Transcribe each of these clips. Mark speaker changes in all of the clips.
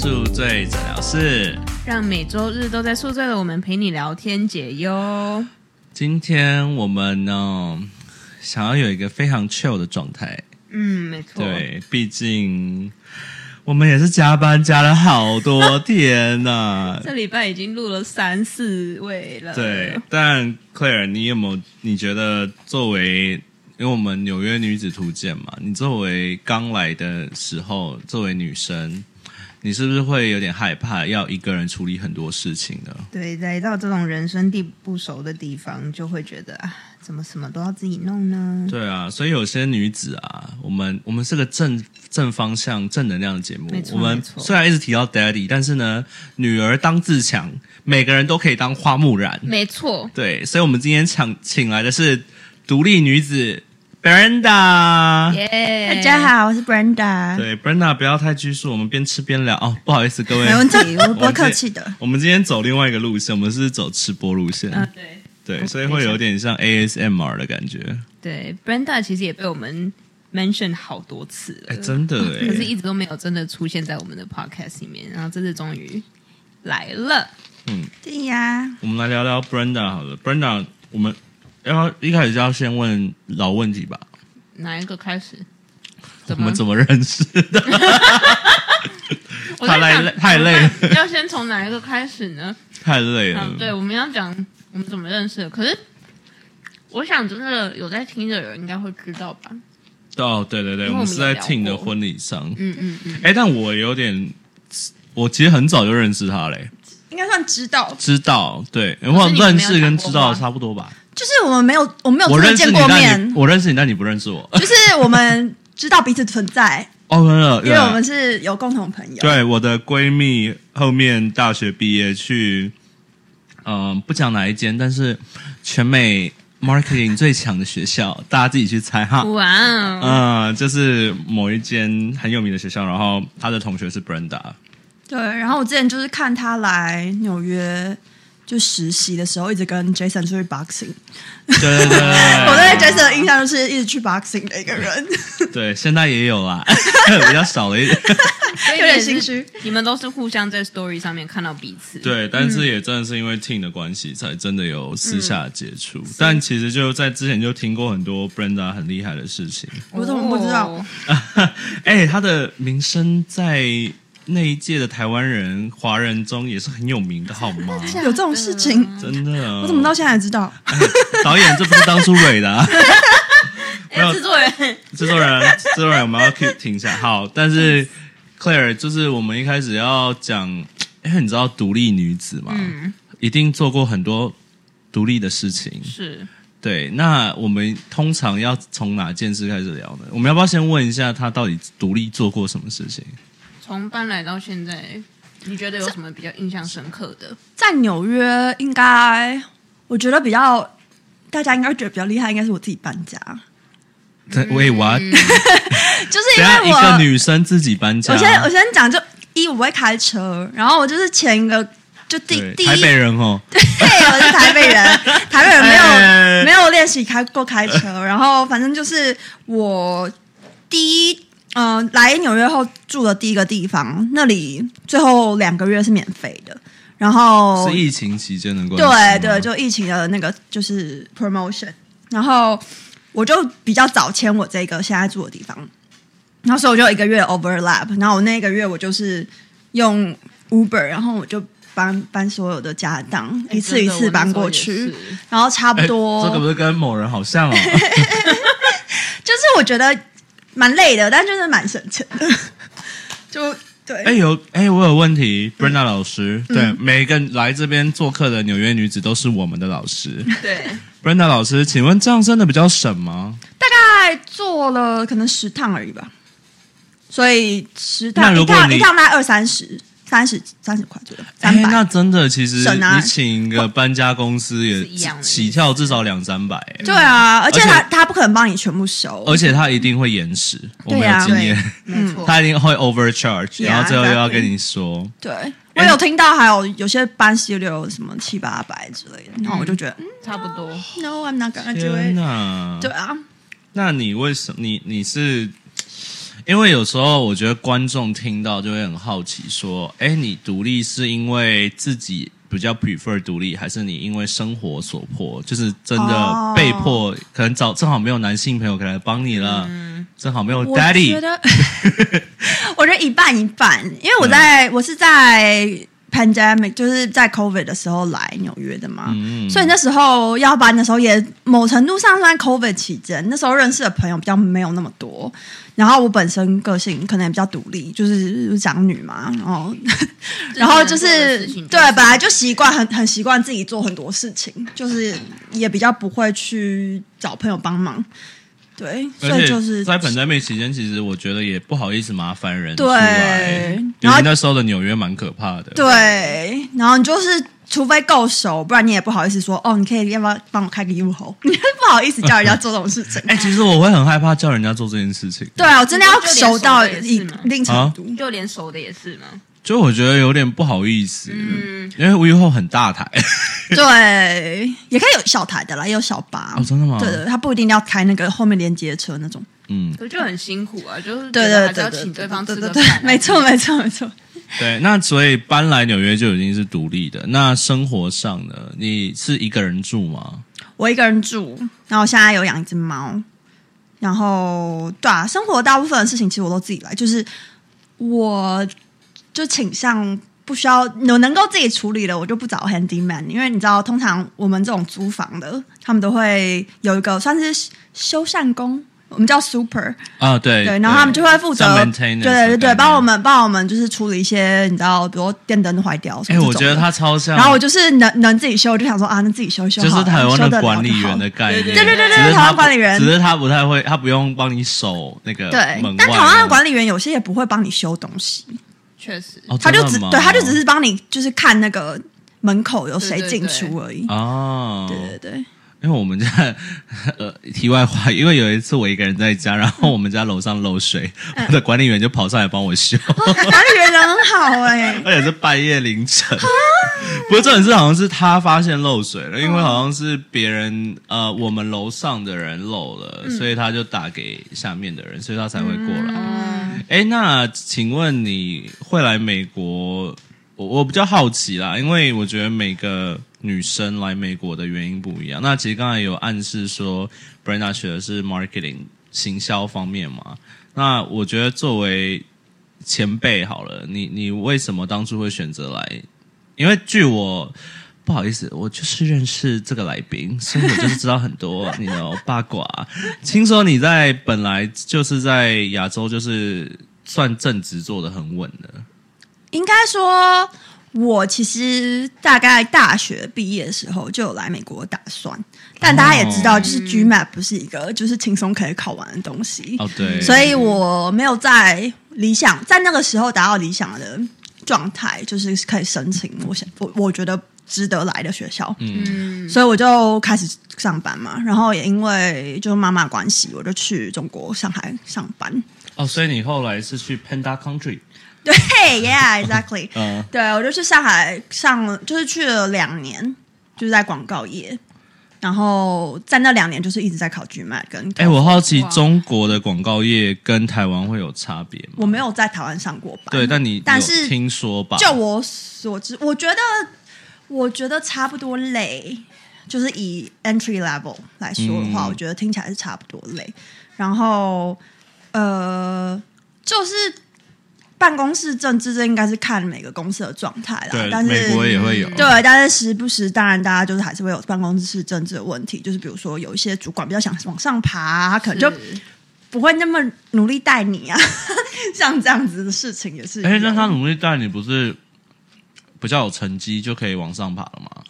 Speaker 1: 醉诊疗室。
Speaker 2: 让每周日都在宿醉的我们陪你聊天解忧。
Speaker 1: 今天我们呢，想要有一个非常 chill 的状态。
Speaker 2: 嗯，没错。
Speaker 1: 对，毕竟我们也是加班加了好多天呐、
Speaker 2: 这礼拜已经录了三四位了。
Speaker 1: 对，但 Claire，你有没有？你觉得作为，因为我们纽约女子图鉴嘛，你作为刚来的时候，作为女生，你是不是会有点害怕要一个人处理很多事情呢？
Speaker 2: 对，来到这种人生地不熟的地方，就会觉得啊，怎么什么都要自己弄呢？
Speaker 1: 对啊，所以有些女子啊，我们我们是个正正方向、正能量的节目
Speaker 2: 没。错
Speaker 1: 我们
Speaker 2: 没错
Speaker 1: 虽然一直提到 daddy，但是呢，女儿当自强，每个人都可以当花木兰。
Speaker 2: 没错，
Speaker 1: 对，所以我们今天请请来的是独立女子 Brenda。
Speaker 2: 耶、
Speaker 3: 大家，好，我是 Brenda。
Speaker 1: 对，Brenda 不要太拘束，我们边吃边聊哦。不好意思，各位
Speaker 3: 没，问题，我不
Speaker 1: 我
Speaker 3: 会
Speaker 1: 们
Speaker 3: 客气 的。
Speaker 1: 我们今天走另外一个路线，我们是走吃播路线，
Speaker 2: 嗯、对
Speaker 1: 对，所以会有点像 ASMR 的感觉。
Speaker 2: 对，Brenda 其实也被我们 mention 好多次了，
Speaker 1: 哎，真的哎，
Speaker 2: 呃可是一直都没有真的出现在我们的 podcast 里面，然后这次终于来了。
Speaker 3: 对呀，
Speaker 1: 我们来聊聊 Brenda 好了，Brenda，我们要一开始就要先问老问题吧，
Speaker 2: 哪一个开始？
Speaker 1: 我
Speaker 2: 怎么？
Speaker 1: 们怎么认识的？
Speaker 2: 我在
Speaker 1: 太
Speaker 2: 想
Speaker 1: 累太累了，
Speaker 2: 要先从哪一个开始 呢？
Speaker 1: 太累了
Speaker 2: 嗯，，对，我们要讲我们怎么认识的。可是，我想真的有在听的人应该会知道吧？
Speaker 1: 哦，对对对，
Speaker 2: 因为
Speaker 1: 我
Speaker 2: 我
Speaker 1: 们
Speaker 2: 们
Speaker 1: 是在
Speaker 2: 有聊
Speaker 1: Ting 的
Speaker 2: 过
Speaker 1: 婚礼上，
Speaker 2: 嗯嗯嗯，
Speaker 1: 哎，但我有点，我其实很早就认识他嘞，
Speaker 3: 应该算知道，
Speaker 1: 知道，对，然
Speaker 2: 可
Speaker 1: 后
Speaker 2: 是你们
Speaker 1: 认
Speaker 2: 没有
Speaker 1: 识跟知道
Speaker 2: 讲过话哦
Speaker 1: 差不多吧。
Speaker 3: 就是我们没有，我们没有
Speaker 1: 我
Speaker 3: 真的
Speaker 1: 认识
Speaker 3: 见
Speaker 1: 你，
Speaker 3: 过
Speaker 1: 但
Speaker 3: 面
Speaker 1: 你，我认识你，但你不认识我。
Speaker 3: 就是我们知道彼此存在，
Speaker 1: 哦，真的，
Speaker 3: 因为
Speaker 1: 原来
Speaker 3: 我们是有共同朋友。
Speaker 1: 对我的闺蜜后面大学毕业去，嗯、不讲哪一间，但是全美 marketing 最强的学校，大家自己去猜哈。
Speaker 2: 哇哦，
Speaker 1: 嗯、就是某一间很有名的学校，然后她的同学是 Brenda，
Speaker 3: 对，然后我之前就是看他来纽约就实习的时候，一直跟 Jason 出去 boxing。
Speaker 1: 对对对
Speaker 3: 我
Speaker 1: 对
Speaker 3: 对 Jason 的印象就是一直去 boxing 的一个人。
Speaker 1: 对，对，现在也有啦， 比较少了一点。
Speaker 2: 所以
Speaker 3: 有点
Speaker 2: 你也是
Speaker 3: 心虚。
Speaker 2: 你们都是互相在 story 上面看到彼此，，
Speaker 1: 对，但是也真的是因为 Ting 的关系，才真的有私下接触。但其实就在之前就听过很多 Brenda 很厉害的事情，
Speaker 3: 我怎么不知
Speaker 1: 哦
Speaker 2: 哦
Speaker 3: 道？
Speaker 1: 哎、他的名声在那一届的台湾人、华人中也是很有名的，好 吗？
Speaker 3: 有这种事情，
Speaker 1: 真的，
Speaker 3: 我怎么到现在才知道？
Speaker 1: 导演这不是当初蕊的、啊？ 没
Speaker 2: 哎，
Speaker 1: 有
Speaker 2: 制作人，
Speaker 1: 制作人，制作人，我们要 keep 停下。好，但是 Claire，就是我们一开始要讲，因为你知道独立女子嘛，
Speaker 3: 嗯
Speaker 1: 一定做过很多独立的事情。
Speaker 2: 是
Speaker 1: 对，那我们通常要从哪件事开始聊呢？我们要不要先问一下她到底独立做过什么事情？
Speaker 2: 从搬来到现在，你觉得有什么比较印象深刻的？
Speaker 3: 在纽约应该，我觉得比较大家应该觉得比较厉害，应该是我自己搬家，
Speaker 1: 对，
Speaker 3: 嗯
Speaker 1: 喂，我要
Speaker 3: 就是
Speaker 1: 等一
Speaker 3: 因
Speaker 1: 下
Speaker 3: 为
Speaker 1: 一
Speaker 3: 我
Speaker 1: 个女生啊自己搬家，
Speaker 3: 我先我先讲，就一我不会开车，然后我就是前一个就第
Speaker 1: 对
Speaker 3: 第
Speaker 1: 台
Speaker 3: 一，
Speaker 1: 北
Speaker 3: 对，
Speaker 1: 人哦，
Speaker 3: 我是台 北人，台北人没有、
Speaker 1: 哎
Speaker 3: 没有练习开过开车，然后反正就是我第一。嗯、来纽约后住的第一个地方，那里最后两个月是免费的。然后
Speaker 1: 是疫情期间的关系吗
Speaker 3: 对对，就疫情的那个就是 promotion，然后我就比较早签我这个现在住的地方，然后所以我就一个月 overlap，然后我那一个月我就是用 Uber，然后我就搬搬所有的家当，一
Speaker 2: 哎
Speaker 3: 次一次搬过去，然后差不
Speaker 1: 哎
Speaker 3: 多，
Speaker 1: 这个不是跟某人好像 哦，
Speaker 3: 就是我觉得蛮累的，但就是蛮省钱的， 就对。
Speaker 1: 哎有哎，我有问题，Brenda 老师，
Speaker 3: 嗯
Speaker 1: 对，每个来这边做客的纽约女子都是我们的老 师
Speaker 2: 对，
Speaker 1: ，Brenda 老师，请问这样真的比较省吗？
Speaker 3: 大概做了可能十趟而已吧，所以十
Speaker 1: 那
Speaker 3: 趟
Speaker 1: 如
Speaker 3: 一
Speaker 1: 果
Speaker 3: 趟
Speaker 1: 你
Speaker 3: 一趟大概二三十，三十三十块左右，
Speaker 1: 哎
Speaker 3: 三，百、
Speaker 1: 那真的，其实
Speaker 3: 省啊
Speaker 1: 你请一个搬家公司也
Speaker 2: 是一样的
Speaker 1: 起跳至少两三百，哎
Speaker 3: 对啊，而且
Speaker 1: 而且
Speaker 3: 他他不可能帮你全部收，
Speaker 1: 而且他一定会延时，我没
Speaker 3: 对啊
Speaker 1: 有经验，
Speaker 2: 没错，
Speaker 1: 他一定会 overcharge，
Speaker 3: Yeah，
Speaker 1: 然后最后又要
Speaker 3: exactly
Speaker 1: 跟你说。
Speaker 3: 对
Speaker 1: 哎
Speaker 3: 我有听到还有有些班溪流什么七八百之类的，然后我就觉得、嗯
Speaker 2: 差不多。
Speaker 3: ，No I'm not gonna do
Speaker 1: 天
Speaker 3: it，
Speaker 1: 哪！
Speaker 3: 对啊，
Speaker 1: 那你为什么你你是因为有时候我觉得观众听到就会很好奇，说：“哎，你独立是因为自己比较 prefer 独立，还是你因为生活所迫，就是真的
Speaker 3: 哦
Speaker 1: 被迫？可能找正好没有男性朋友可以来帮你了，正好没有
Speaker 3: 嗯我觉
Speaker 1: daddy，嗯
Speaker 3: 得， 我觉得一半一半，因为我在、我是在 pandemic，就是在 COVID 的时候来纽约的嘛，
Speaker 1: 嗯
Speaker 3: 所以那时候要搬的时候也某程度上算 COVID 期间，那时候认识的朋友比较没有那么多，然后我本身个性可能也比较独立，就是长女嘛，然后然后就
Speaker 2: 嗯自己能做的
Speaker 3: 是
Speaker 2: 事情
Speaker 3: 对
Speaker 2: 多，
Speaker 3: 本来就习惯很很习惯自己做很多事情，就是也比较不会去找朋友帮忙。对，所
Speaker 1: 而
Speaker 3: 以
Speaker 1: 且
Speaker 3: 就是
Speaker 1: 在本在妹期间，其实我觉得也不好意思麻烦人出
Speaker 3: 对
Speaker 1: 来，因
Speaker 3: 然
Speaker 1: 为
Speaker 3: 后
Speaker 1: 那时候的纽约蛮可怕的。，
Speaker 3: 对，然后你就是除非够熟，不然你也不好意思说哦，你可以要不要帮我开个 U 猴？你不好意思叫人家做这种事情。
Speaker 1: 哎，其实我会很害怕叫人家做这件事情。
Speaker 3: 对
Speaker 2: 嗯
Speaker 3: 啊，我真的要
Speaker 2: 就连
Speaker 3: 熟到
Speaker 2: 熟的也
Speaker 3: 一
Speaker 2: 是嘛
Speaker 3: 一定
Speaker 1: 啊
Speaker 3: 程度。
Speaker 2: 就连熟的也是嘛。
Speaker 1: 就我觉得有点不好意思，
Speaker 2: 嗯，
Speaker 1: 因为我以后很大 台
Speaker 3: 对，也可以有小台的啦，也有小巴。
Speaker 1: 哦，真的吗？
Speaker 3: 对对，他不一定要开那个后面连接车那种。
Speaker 1: 嗯，
Speaker 2: 可就很辛苦啊，就是
Speaker 3: 对
Speaker 2: 觉得还
Speaker 3: 对
Speaker 2: 是
Speaker 3: 对
Speaker 2: 要
Speaker 3: 对，
Speaker 2: 请对方吃
Speaker 3: 对
Speaker 2: 个
Speaker 3: 对
Speaker 2: 饭啊
Speaker 3: 对，没错没错没错。
Speaker 1: 对，那所以搬来纽约就已经是独立的。那生活上呢，你是一个人住吗？
Speaker 3: 我一个人住，然后我现在有养一只猫，然后对啊，生活大部分的事情其实我都自己来，就是我就倾向不需要我能够自己处理的，我就不找 handyman，因为你知道，通常我们这种租房的，他们都会有一个算是修缮工。我们叫 super，
Speaker 1: 啊，对
Speaker 3: 对，然后他们就会负责，
Speaker 1: 像
Speaker 3: 对
Speaker 1: maintenance 的
Speaker 3: 对
Speaker 1: 概
Speaker 3: 对，
Speaker 1: 念
Speaker 3: 帮我们帮我们就是处理一些你知道，比如说电灯坏掉什
Speaker 1: 哎、
Speaker 3: 么这种的。
Speaker 1: 我觉得他超像，
Speaker 3: 然后我就是能能自己修，就想说啊，那自己修一修
Speaker 1: 就
Speaker 3: 好
Speaker 1: 是
Speaker 3: 了
Speaker 1: 台湾
Speaker 3: 修得
Speaker 1: 的
Speaker 3: 了
Speaker 1: 管理
Speaker 3: 就好
Speaker 1: 员的概念，
Speaker 2: 对对对对
Speaker 3: 对
Speaker 1: 只是他
Speaker 3: 台湾
Speaker 1: 不
Speaker 3: 管理员
Speaker 1: 只是他不太会，他不用帮你守那个
Speaker 3: 对
Speaker 1: 门，啊
Speaker 3: 但台湾的
Speaker 1: 理、
Speaker 3: 管理员有些也不会帮你修东西，
Speaker 2: 确实，
Speaker 1: 哦、
Speaker 3: 他就
Speaker 1: 真
Speaker 3: 只
Speaker 1: 的吗
Speaker 3: 对，他就只是帮你就是看那个门口有谁进出而已。
Speaker 1: 哦，
Speaker 3: 对对对，
Speaker 1: 因为我们家 呃，题外话，因为有一次我一个人在家，然后我们家楼上漏水，我的管理员就跑上来帮我修，
Speaker 3: 管理员人很好哎，
Speaker 1: 而且是半夜凌晨。不过重点是，好像是他发现漏水了，因为好像是别人呃，我们楼上的人漏了，所以他就打给下面的人，所以他才会过来。
Speaker 2: 嗯，
Speaker 1: 哎、那请问你会来美国？我我比较好奇啦，因为我觉得每个女生来美国的原因不一样。那其实刚才有暗示说，Brenda 学的是 marketing 行销方面嘛。那我觉得作为前辈好了，你你为什么当初会选择来？因为据我不好意思，我就是认识这个来宾，所以我就是知道很多你的八卦。啊听说你在本来就是在亚洲就是算正职做的很稳的，
Speaker 3: 嗯应该说。我其实大概大学毕业的时候就有来美国打算，但大家也知道，
Speaker 1: 哦
Speaker 3: 就是 GMAT 不是一个就是轻松可以考完的东西，
Speaker 1: 哦对，
Speaker 3: 所以我没有在理想，在那个时候达到理想的状态，就是可以申请我想我我觉得值得来的学校，
Speaker 1: 嗯
Speaker 2: 嗯，
Speaker 3: 所以我就开始上班嘛。然后也因为就是妈妈关系，我就去中国上海上班。
Speaker 1: 哦，所以你后来是去 Panda Country，
Speaker 3: 对，Yeah，exactly。
Speaker 1: 嗯、
Speaker 3: 对，我就去上海上了，就是去了两年，就是在广告业。然后在那两年，就是一直在考 GMAT 跟
Speaker 1: 哎，我好奇
Speaker 2: 哇
Speaker 1: 中国的广告业跟台湾会有差别吗？
Speaker 3: 我没有在台湾上过班，
Speaker 1: 对，但你
Speaker 3: 但
Speaker 1: 有
Speaker 3: 是
Speaker 1: 听说吧？
Speaker 3: 就我所知，我觉得我觉得差不多累，就是以 entry level 来说的话，
Speaker 1: 嗯
Speaker 3: 我觉得听起来是差不多累。然后呃，就是办公室政治，这应该是看每个公司的状态啦。
Speaker 1: 对，
Speaker 3: 啊但
Speaker 1: 美
Speaker 3: 是
Speaker 1: 国也会有，
Speaker 3: 对，但是时不时，当然大家就是还是会有办公室政治的问题，就是比如说有一些主管比较想往上爬，他可能就不会那么努力带你啊， 像这样子的事情也是有。
Speaker 1: 哎，那他努力带你不是比较有成绩就可以往上爬了吗？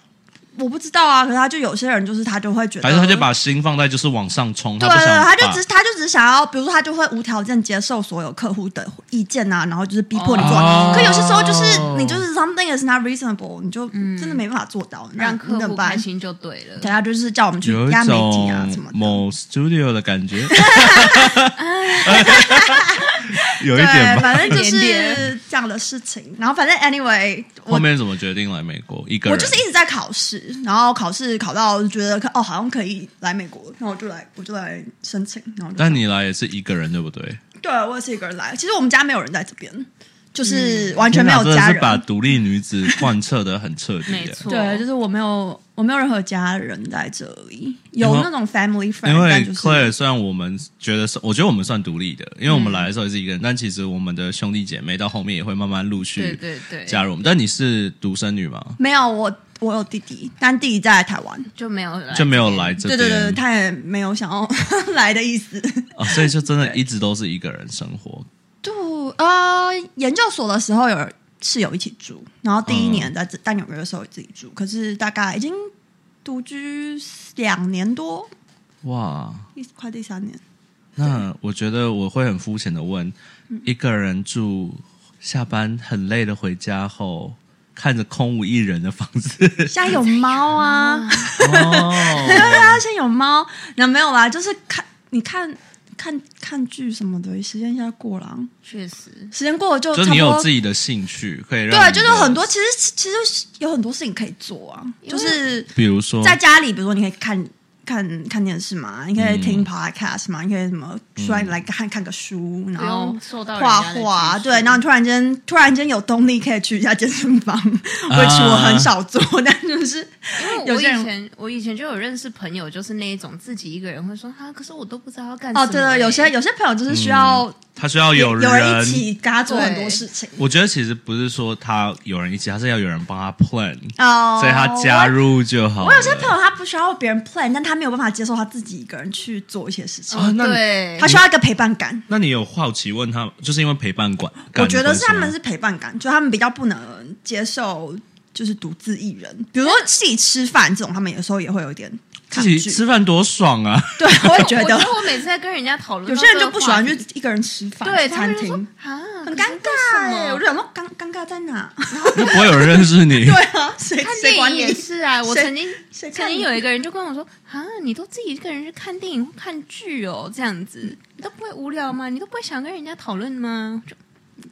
Speaker 3: 我不知道啊，可是他就有些人就是他就会觉得，
Speaker 1: 还是他就把心放在就是往上冲，
Speaker 3: 对
Speaker 1: 不
Speaker 3: 呃对，
Speaker 1: 想
Speaker 3: 对他就
Speaker 1: 把
Speaker 3: 只他就只想要，比如说他就会无条件接受所有客户的意见啊，然后就是逼迫你做。
Speaker 1: 哦
Speaker 3: 可有些时候就是你就是 something is not reasonable，你就真的没办法做到，那
Speaker 2: 让
Speaker 3: 你
Speaker 2: 客
Speaker 3: 怎
Speaker 2: 户
Speaker 3: 么
Speaker 2: 开
Speaker 3: 办？
Speaker 2: 心就对了。
Speaker 3: 对他就是叫我们去
Speaker 1: 有一
Speaker 3: 压美金啊
Speaker 1: 种
Speaker 3: 什么的。
Speaker 1: 某 studio 的 感觉，有一点
Speaker 3: 对，
Speaker 1: 吧。
Speaker 3: 反正就
Speaker 2: 一点
Speaker 3: 是这样的事情。然后反正 anyway，
Speaker 1: 后
Speaker 3: 我
Speaker 1: 面怎么决定来美国？一个
Speaker 3: 我
Speaker 1: 人
Speaker 3: 就是一直在考试，然后考试考到觉得哦好像可以来美国，然后我就来我就来申请，然后就
Speaker 1: 但你来也是一个人，对不对？
Speaker 3: 对我也是一个人来。其实我们家没有人在这边，就是完全没有
Speaker 1: 嗯天哪
Speaker 3: 家
Speaker 1: 真的是把
Speaker 3: 人。
Speaker 1: 独立女子贯彻的很彻 底啊
Speaker 2: 没
Speaker 1: 耶。
Speaker 2: 错，
Speaker 3: 对，就是我没有，我没有任何家人在这里，有
Speaker 1: 因为
Speaker 3: 那种 family friend，
Speaker 1: 因为
Speaker 3: 但就是
Speaker 1: Claire 虽然我们觉得是，我觉得我们算独立的，因为我
Speaker 3: 嗯
Speaker 1: 们来的时候也是一个人，但其实我们的兄弟姐妹到后面也会慢慢陆
Speaker 2: 对
Speaker 1: 续
Speaker 2: 对对，
Speaker 1: 加入我们。但你是独生女吗？
Speaker 3: 没有我，我有弟弟，但弟弟在台湾。
Speaker 2: 就没有来
Speaker 1: 就没有来这
Speaker 3: 对
Speaker 1: 边，
Speaker 3: 对对，他也没有想要 来的意思。
Speaker 1: 哦，所以就真的一直都是一个人生活。
Speaker 3: 对，呃，研究所的时候有室友一起住，然后第一
Speaker 1: 嗯
Speaker 3: 年在在纽约的时候自己住，可是大概已经独居两年多，
Speaker 1: 哇，
Speaker 3: 第快第三年。
Speaker 1: 那我觉得我会很肤浅的问，
Speaker 3: 嗯
Speaker 1: 一个人住，下班很累的回家后，看着空无一人的房子，
Speaker 3: 现在有猫啊，
Speaker 1: 哦，
Speaker 3: 发现有猫，那没有啦，就是看你看看看剧什么的，时间一下过了啊，
Speaker 2: 确 实，
Speaker 3: 时间过了就
Speaker 1: 就
Speaker 3: 差
Speaker 1: 是
Speaker 3: 不
Speaker 1: 你有自
Speaker 3: 多。
Speaker 1: 己的兴趣，可以让
Speaker 3: 对，啊
Speaker 1: 你
Speaker 3: 就是
Speaker 1: 的
Speaker 3: 很多，，其实其实有很多事情可以做啊，
Speaker 2: 因为
Speaker 3: 就是
Speaker 1: 比如说
Speaker 3: 在家里，比如说你可以看看看电视嘛，你可以
Speaker 1: 嗯
Speaker 3: 听 podcast 嘛，你可以什么突然来看看个书，然
Speaker 2: 不
Speaker 3: 后
Speaker 2: 用受到人
Speaker 3: 画
Speaker 2: 家的拘
Speaker 3: 画，
Speaker 2: 束
Speaker 3: 对，然后突然间突然间有动力可以去一下健身房，which 我很少做，但就是
Speaker 2: 因为
Speaker 3: 有
Speaker 2: 我以
Speaker 3: 些人
Speaker 2: 前我以前就有认识朋友，就是那一种自己一个人会说啊，可是我都不知道要干什
Speaker 3: 哦，
Speaker 2: 么、
Speaker 3: 对对，有些
Speaker 2: 欸
Speaker 3: 有些朋友就是需要
Speaker 1: 他需要
Speaker 3: 有人
Speaker 1: 人
Speaker 3: 一。起跟他做很多事情。
Speaker 1: 我觉得其实不是说他有人一起，他是要有人帮他 plan，、
Speaker 3: 哦，
Speaker 1: 所以他加入就好了。
Speaker 3: 我。我有些朋友他不需要别人 plan，但他没有办法接受他自己一个人去做一些事情，
Speaker 1: 啊那你
Speaker 2: 哦对，
Speaker 3: 他需要一个陪伴感。
Speaker 1: 那你有好奇问他，就是因为陪伴感？
Speaker 3: 我觉得是他们
Speaker 1: 是
Speaker 3: 是陪伴感，就他们比较不能接受就是独自一人，比如说自己吃饭这种，他们有时候也会有点
Speaker 1: 自
Speaker 3: 抗
Speaker 1: 己
Speaker 3: 拒。
Speaker 1: 吃饭多爽啊！
Speaker 3: 对，我也觉
Speaker 2: 我
Speaker 3: 得
Speaker 2: 觉得我每次在跟人家讨论，
Speaker 3: 有些人就不喜欢去，一个人吃饭，
Speaker 2: 对，
Speaker 3: 去
Speaker 2: 他们
Speaker 3: 餐
Speaker 2: 就说
Speaker 3: 厅
Speaker 2: 啊，
Speaker 3: 很
Speaker 2: 可
Speaker 3: 尴
Speaker 2: 是
Speaker 3: 尬
Speaker 2: 为什
Speaker 3: 哎、
Speaker 2: 么
Speaker 3: 我就想说尴尴尬在哪？
Speaker 1: 又不会有人认识你。
Speaker 3: 对啊，谁
Speaker 2: 看
Speaker 3: 谁
Speaker 2: 电
Speaker 3: 管
Speaker 2: 影
Speaker 3: 你
Speaker 2: 也？是啊，我
Speaker 3: 谁
Speaker 2: 曾经
Speaker 3: 谁
Speaker 2: 曾
Speaker 3: 看
Speaker 2: 经
Speaker 3: 你
Speaker 2: 有一个人就跟我说啊，你都自己一个人去看电影、看剧哦，这样
Speaker 3: 嗯
Speaker 2: 子你都不会无聊吗？你都不会想跟人家讨论 吗？就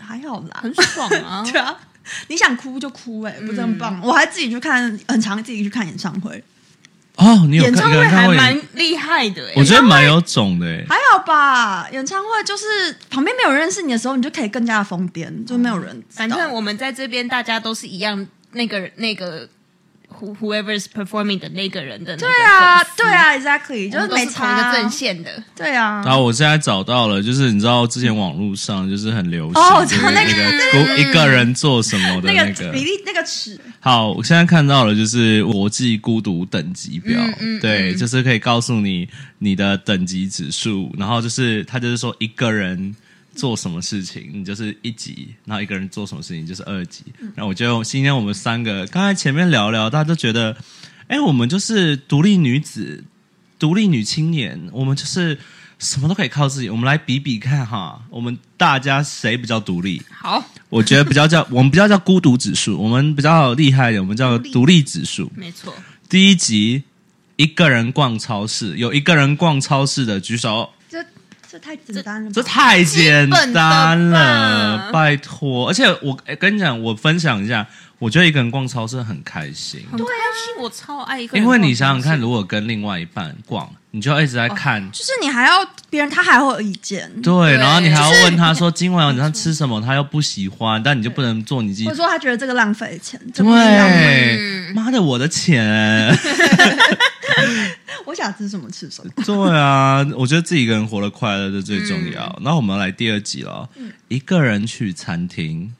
Speaker 3: 还好啦，
Speaker 2: 很爽啊！
Speaker 3: 对啊，你想哭就哭
Speaker 2: 嗯
Speaker 3: 哎、不是很棒？我还自己去看，很常自己去看演唱会，
Speaker 1: 哦，你有
Speaker 3: 演唱
Speaker 1: 有
Speaker 3: 会
Speaker 1: 人看
Speaker 3: 还
Speaker 1: 过
Speaker 3: 蛮
Speaker 1: 演，
Speaker 2: 厉害的、欸，
Speaker 1: 我觉
Speaker 3: 哎
Speaker 1: 得蛮有种的欸。
Speaker 3: 还好吧。演唱会就是旁边没有人认识你的时候，你就可以更加的疯癫，就没有人知道。
Speaker 2: 反正我们在这边大家都是一样，那个那个 who whoever's performing 的那个人的那个
Speaker 3: 对啊
Speaker 2: 粉，丝
Speaker 3: 对，啊，exactly，就
Speaker 2: 我们都
Speaker 3: 没
Speaker 2: 是
Speaker 3: 差
Speaker 2: 同一
Speaker 3: 啊
Speaker 2: 个阵线的，
Speaker 3: 对啊
Speaker 1: 然。后我现在找到了，就是你知道之前网络上就是很流行，
Speaker 3: 哦我
Speaker 1: 就
Speaker 3: 知
Speaker 1: 是
Speaker 3: 道
Speaker 1: 那
Speaker 3: 那个嗯
Speaker 1: 个一个人做什么的
Speaker 3: 那
Speaker 1: 那
Speaker 3: 个
Speaker 1: 个
Speaker 3: 比。例，那个尺，
Speaker 1: 好，我现在看到了就是国际孤独等级表
Speaker 2: 嗯，嗯
Speaker 1: 对，
Speaker 2: 嗯
Speaker 1: 就是可以告诉你你的等级指数，然后就是他就是说一个人。做什么事情，你就是一级；然后一个人做什么事情就是二级。
Speaker 2: 嗯
Speaker 1: 然后我就今天我们三个，刚才前面聊聊，大家都觉得，哎，我们就是独立女子、独立女青年，我们就是什么都可以靠自己。我们来比比看哈，我们大家谁比较独立？
Speaker 2: 好，
Speaker 1: 我觉得比较叫 我们比较叫孤独指数，我们比较厉害一点，我们叫独立指数。
Speaker 2: 没错，
Speaker 1: 第一集一个人逛超市，有一个人逛超市的举手，
Speaker 3: 这这太简单了吧，
Speaker 1: 这太简
Speaker 2: 基本的
Speaker 1: 单了
Speaker 2: 吧，
Speaker 1: 拜托！而且我诶跟你讲，我分享一下，我觉得一个人逛超市很开心，
Speaker 2: 很
Speaker 3: 啊
Speaker 2: 开心，我超爱一个人
Speaker 1: 因为
Speaker 2: 逛超市，哦
Speaker 1: 你想想看，如果跟另外一半逛，你就一直在看。
Speaker 3: 就是你还要别人，他还会有意见，
Speaker 1: 对，
Speaker 2: 对
Speaker 1: 然后你还要
Speaker 3: 就是
Speaker 1: 问他说今晚晚上吃什么，他又不喜欢，但你就不能做你自己
Speaker 3: 或者说他觉得这个浪费钱，这不是浪费。
Speaker 2: 嗯
Speaker 1: 对，妈的，我的钱！
Speaker 3: 我想吃什么吃什么。
Speaker 1: 对啊，我觉得自己一个人活得快乐是最重要。
Speaker 2: 嗯
Speaker 1: 那我们来第二集了，一个人去餐厅，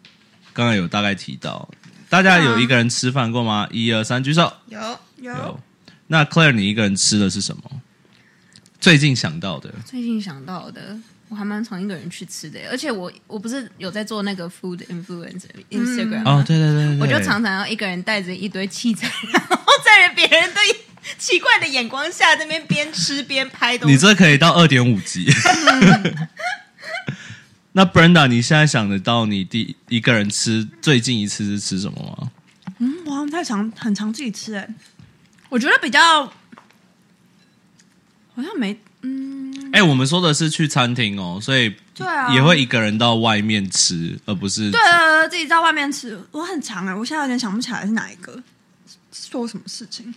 Speaker 1: 刚刚有大概提到，大家有一个人吃饭过吗？
Speaker 2: 嗯
Speaker 1: 一二三，举手。
Speaker 2: 有
Speaker 1: 有。那 Claire，你一个人吃的是什么？最近想到的，
Speaker 2: 最近想到的。我还蛮常一个人去吃的，而且我我不是有在做那个 food influencer Instagram，、吗
Speaker 1: 哦，对对对对，
Speaker 2: 嗯我就常常要一个人带着一堆器材， 然后在别人的 奇怪的眼光下，这边边吃边拍东西。
Speaker 1: 你这可以到二点五级。
Speaker 2: 嗯
Speaker 1: 那 Brenda，你现在想得到你第一个人吃最近一次是吃什么吗？
Speaker 3: 嗯，我好像太常很常自己吃哎、我觉得比较好像没嗯，
Speaker 1: 哎、我们说的是去餐厅哦，所以
Speaker 3: 对啊
Speaker 1: 也会一个人到外面吃，而不是
Speaker 3: 对呃，自己在外面吃，我很常哎、我现在有点想不起来是哪一个做什么事情。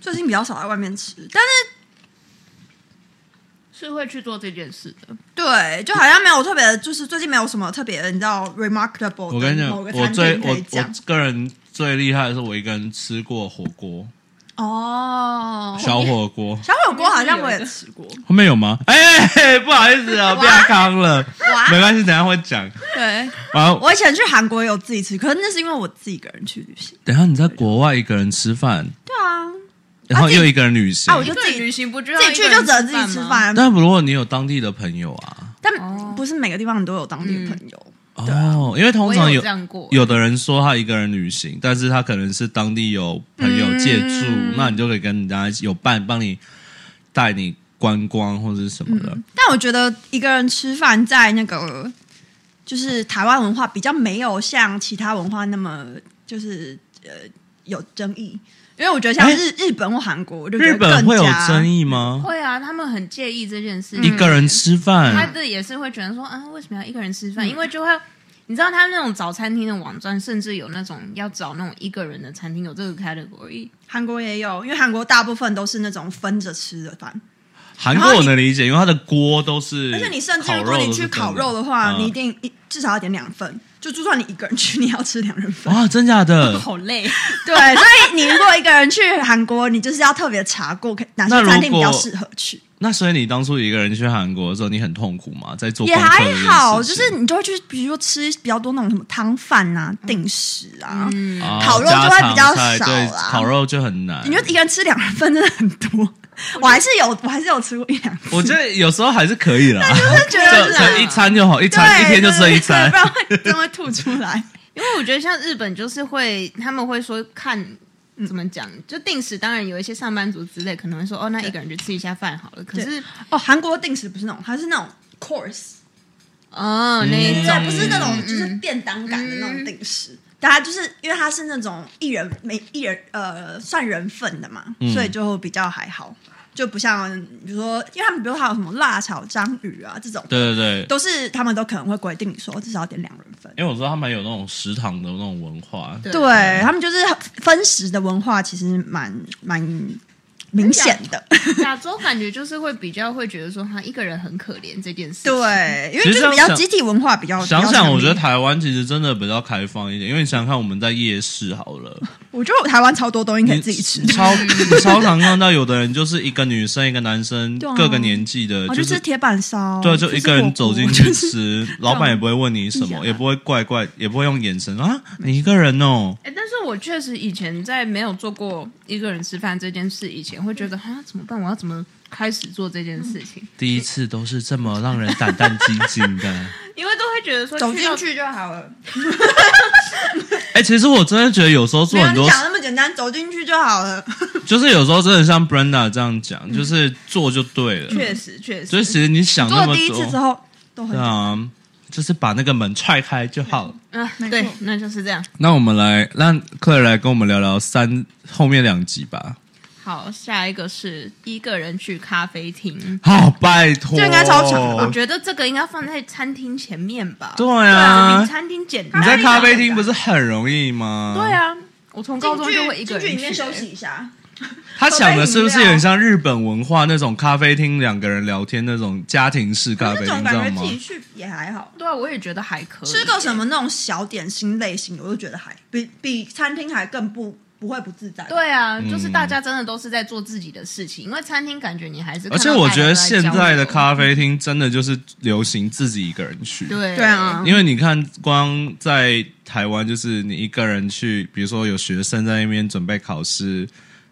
Speaker 3: 最近比较少在外面吃，但是
Speaker 2: 是会去做这件事的。
Speaker 3: 对，就好像没有特别的，就是最近没有什么特别，你知道 remarkable。
Speaker 1: 我跟你讲，
Speaker 3: 某个
Speaker 1: 我
Speaker 3: 餐
Speaker 1: 最
Speaker 3: 厅
Speaker 1: 我
Speaker 3: 可以
Speaker 1: 我
Speaker 3: 讲
Speaker 1: 个人最厉害的是我一个人吃过火锅，
Speaker 3: 哦。
Speaker 1: 小火锅。
Speaker 3: 小火锅好像我也
Speaker 2: 吃过，
Speaker 1: 后面有吗？ 哎、不好意思啊，变康了，
Speaker 3: 哇
Speaker 1: 没关系，等一下会讲。
Speaker 2: 对，
Speaker 1: 然后
Speaker 3: 我以前去韩国也有自己吃，可是那是因为我自己一个人去旅行。
Speaker 1: 等一下你在国外一个人吃饭，
Speaker 3: 对啊，
Speaker 1: 然后又一个人旅行
Speaker 3: 啊，我就
Speaker 2: 一个人旅行不就要
Speaker 3: 自己去就只能自己吃
Speaker 2: 一个人吗？
Speaker 3: 饭，啊
Speaker 1: 但如果你有当地的朋友啊，
Speaker 3: 但不是每个地方你都有当地的朋友。啊
Speaker 1: 哦，因为通
Speaker 2: 我
Speaker 1: 常
Speaker 2: 也
Speaker 1: 有
Speaker 2: 有这样过，
Speaker 1: 有的人说他一个人旅行，但是他可能是当地有朋友借住，
Speaker 3: 嗯
Speaker 1: 那你就可以跟人家一起有伴帮你带你观光或者是什么的。
Speaker 3: 但我觉得一个人吃饭在那个就是台湾文化比较没有像其他文化那么就是呃有争议，因为我觉得像
Speaker 1: 哎
Speaker 3: 日、日本或韩国，我就觉得
Speaker 1: 日本会有
Speaker 3: 更加
Speaker 1: 争议吗？
Speaker 2: 会啊，他们很介意这件事情。
Speaker 1: 一个人吃
Speaker 2: 他
Speaker 3: 嗯
Speaker 1: 饭，
Speaker 2: 的也是会觉得说，啊，为什么要一个人吃饭？
Speaker 1: 嗯
Speaker 2: 因为就会，你知道他那种早餐厅的网站，甚至有那种要找那种一个人的餐厅，有这个 category。
Speaker 3: 韩国也有，因为韩国大部分都是那种分着吃的饭，
Speaker 1: 韩国我能理解，因为它的锅都是，
Speaker 3: 而且你甚至如果你去烤肉的话，
Speaker 1: 嗯
Speaker 3: 你一定一至少要点两份。就就算你一个人去，你要吃两人份。
Speaker 1: 哇，真假的？
Speaker 2: 好累，
Speaker 3: 对，所以你如果一个人去韩国，你就是要特别查过哪些
Speaker 1: 那如
Speaker 3: 餐厅比较
Speaker 1: 果
Speaker 3: 适合去。
Speaker 1: 那所以你当初一个人去韩国的时候，你很痛苦吗？在做
Speaker 3: 也
Speaker 1: 功课
Speaker 3: 还
Speaker 1: 这件
Speaker 3: 好，就
Speaker 1: 事情
Speaker 3: 是你就会去，比如说吃比较多那种什么汤饭啊、
Speaker 1: 嗯
Speaker 3: 定食啊，
Speaker 2: 嗯
Speaker 1: 啊
Speaker 3: 烤肉就会比
Speaker 1: 家
Speaker 3: 较
Speaker 1: 常菜
Speaker 3: 少
Speaker 1: 对
Speaker 3: 啦
Speaker 1: 烤肉就很难。
Speaker 3: 你就一个人吃两人份真的很多。我还是有，我还是有吃过一两次，
Speaker 1: 我觉得有时候还是可以 啦，
Speaker 3: 就觉得
Speaker 1: 就是就一餐就好，一餐
Speaker 3: 对
Speaker 1: 一天就吃一
Speaker 3: 对对对
Speaker 1: 餐
Speaker 3: 不。然会真的会吐出来。
Speaker 2: 因为我觉得像日本就是会，他们会说看。怎么讲？就定时，当然有一些上班族之类可能会说，哦，那一个人就吃一下饭好了。可
Speaker 1: 嗯
Speaker 2: 是，
Speaker 3: 哦，韩国定食不是那种，它是那种 course，
Speaker 2: 哦，那
Speaker 1: 嗯
Speaker 2: 一嗯
Speaker 3: 对，
Speaker 2: 种
Speaker 3: 不是那种就是便当感的那种定食。但它就是因为它是那种一人每一人呃算人份的嘛，
Speaker 1: 嗯
Speaker 3: 所以就比较还好，就不像比如说，因为他们比如说还有什么辣炒章鱼啊这种，
Speaker 1: 对对对，
Speaker 3: 都是他们都可能会规定你说至少要点两人份。
Speaker 1: 因为我说他们有那种食堂的那种文化，
Speaker 2: 对
Speaker 3: 对他们就是分食的文化，其实蛮蛮明显 的。
Speaker 2: 亚洲感觉就是会比较会觉得说他一个人很可怜这件事。，
Speaker 3: 对，因为
Speaker 1: 其
Speaker 3: 就
Speaker 1: 实
Speaker 3: 是比
Speaker 1: 想
Speaker 3: 较集体文化比较。
Speaker 1: 想
Speaker 3: 哦比较
Speaker 1: 想，
Speaker 3: 强
Speaker 1: 我觉得
Speaker 3: 烈
Speaker 1: 台湾其实真的比较开放一点，因为你想想看，我们在夜市好了，
Speaker 3: 我觉得台湾超多东西可以 自己吃
Speaker 1: 你，超你超常看到有的人就是一个女生一个男生
Speaker 3: 对啊，
Speaker 1: 各个年纪的，
Speaker 3: 我
Speaker 1: 就
Speaker 3: 就是吃铁板烧，
Speaker 1: 对，就一个人走进
Speaker 3: 就
Speaker 1: 去
Speaker 3: 是火锅
Speaker 1: 吃，
Speaker 3: 哎
Speaker 1: 老板也不会问你什
Speaker 3: 这样
Speaker 1: 么，也不会怪怪，也不会用眼神啊，你一个人哦，
Speaker 2: 哎，但是我确实以前在没有做过一个人吃饭这件事以前，会觉得
Speaker 3: 嗯
Speaker 2: 啊怎么办？我要怎么开始做这件事情？
Speaker 1: 第一次都是这么让人胆战心惊的。
Speaker 2: 因为都会觉得说
Speaker 3: 嗯走
Speaker 2: 到
Speaker 3: 进去就好了。
Speaker 1: 哎、其实我真的觉得有时候做
Speaker 3: 没有
Speaker 1: 很
Speaker 3: 你
Speaker 1: 多，
Speaker 3: 讲那么简单，走进去就好了。
Speaker 1: 就是有时候真的像 Brenda 这样讲，就是做就对了。
Speaker 2: 确实确
Speaker 1: 所以
Speaker 2: 实，
Speaker 1: 其实你想
Speaker 3: 做
Speaker 1: 那
Speaker 3: 了
Speaker 1: 么
Speaker 3: 第一次之
Speaker 1: 多，
Speaker 3: 后都很
Speaker 1: 对啊，就是把那个门踹开就好了。
Speaker 2: 啊，
Speaker 3: 没
Speaker 2: 对
Speaker 3: 错，
Speaker 2: 那就是这样。
Speaker 1: 那我们来让克莱来跟我们聊聊三后面两集吧。
Speaker 2: 好，下一个是一个人去咖啡厅，
Speaker 1: 好，拜托，
Speaker 3: 这应该超长啊
Speaker 2: 我
Speaker 3: 吧
Speaker 2: 觉得这个应该放在餐厅前面吧。
Speaker 1: 哦对
Speaker 2: 比
Speaker 1: 啊，
Speaker 2: 餐厅简单。
Speaker 1: 你在咖啡厅不是很容易吗？
Speaker 2: 对。啊，我从高中
Speaker 3: 进去
Speaker 2: 就会一个人
Speaker 3: 进去里面
Speaker 2: 去欸
Speaker 3: 休息一下，
Speaker 1: 他想的是不是有点像日本文化那种咖啡厅两个人聊天那种家庭式咖啡
Speaker 3: 那
Speaker 1: 厅，
Speaker 3: 种
Speaker 1: 你
Speaker 3: 感
Speaker 1: 知道
Speaker 3: 觉
Speaker 1: 吗
Speaker 3: 自？己去也还好。
Speaker 2: 对啊，我也觉得还可以。
Speaker 3: 吃个什么那种小点心类型，我就觉得还比比餐厅还更不不会不自在。，
Speaker 2: 对啊，
Speaker 1: 嗯
Speaker 2: 就是大家真的都是在做自己的事情，因为餐厅感觉你还是看
Speaker 1: 而
Speaker 2: 到
Speaker 1: 且我觉得现在的
Speaker 2: 大家
Speaker 1: 咖啡厅真的就是流行自己一个人去，
Speaker 2: 都在交流对
Speaker 3: 对啊，
Speaker 1: 因为你看，光在台湾，就是你一个人去，比如说有学生在那边准备考试，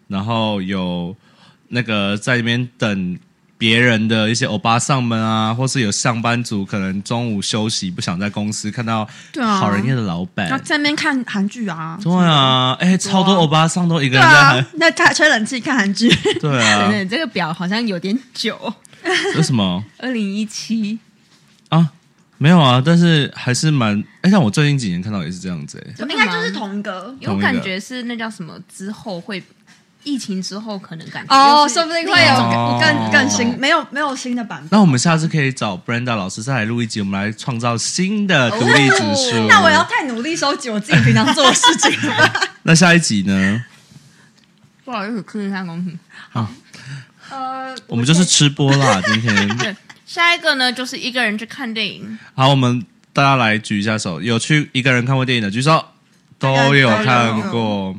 Speaker 1: 然后有那个在那边等别人的一些欧巴上们啊，或是有上班族可能中午休息不想在公司看到
Speaker 3: 对啊
Speaker 1: 好人厌的老
Speaker 3: 然
Speaker 1: 板
Speaker 3: 后，在那边看韩剧啊，
Speaker 1: 对啊，哎、超多欧巴上都一个
Speaker 3: 对
Speaker 1: 人在
Speaker 3: 啊
Speaker 1: 喊，，
Speaker 3: 那他吹冷气看韩剧，
Speaker 1: 对
Speaker 2: 等
Speaker 1: 啊，
Speaker 2: 等，这个表好像有点久，
Speaker 1: 为什么
Speaker 2: 二零一七。
Speaker 1: 啊？没有啊，但是还是蛮哎，像我最近几年看到也是这样子、哎
Speaker 2: 真的
Speaker 3: 应
Speaker 2: 吗
Speaker 3: 该就是同个
Speaker 2: 因为
Speaker 1: 同
Speaker 2: 我
Speaker 1: 一个
Speaker 2: 感觉是那叫什么之后会，疫情之后可能感觉又
Speaker 3: 哦，
Speaker 2: 是
Speaker 3: 说不定会有
Speaker 1: 哦
Speaker 3: 更更新，没有没有新的版本。
Speaker 1: 那我们下次可以找 Brenda 老师再来录一集，我们来创造新的独立指数。
Speaker 3: 哦那我要太努力收集我自己平常做的事 情了吧。
Speaker 1: 那下一集呢？
Speaker 2: 不好意思，吃一下公屏。
Speaker 1: 好，
Speaker 3: 呃，
Speaker 1: 我们就是吃播啦。今天
Speaker 2: 对，下一个呢就是一个人去看电影，
Speaker 1: 好，我们大家来举一下手，有去一个人看过电影的举手，都有看过。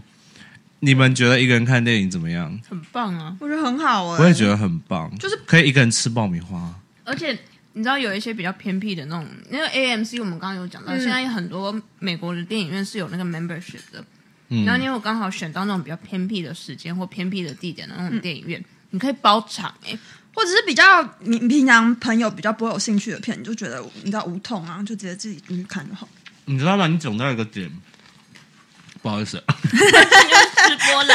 Speaker 1: 你们觉得一个人看电影怎么样？
Speaker 2: 很棒啊！
Speaker 3: 我觉得很好哎、
Speaker 1: 我也觉得很棒，
Speaker 3: 就是
Speaker 1: 可以一个人吃爆米花。
Speaker 2: 而且你知道有一些比较偏僻的那种，因为 AMC 我们刚刚有讲到，
Speaker 3: 嗯
Speaker 2: 现在有很多美国的电影院是有那个 membership 的。
Speaker 1: 嗯
Speaker 2: 然后因为我刚好选到那种比较偏僻的时间或偏僻的地点的那种电影院，你可以包场 哎、
Speaker 3: 或者是比较你你平常朋友比较不会有兴趣的片，你就觉得你知道无痛啊，就直接自己进去看就好。
Speaker 1: 你知道吗？你总到一个点，不好意思，
Speaker 2: 直播啦，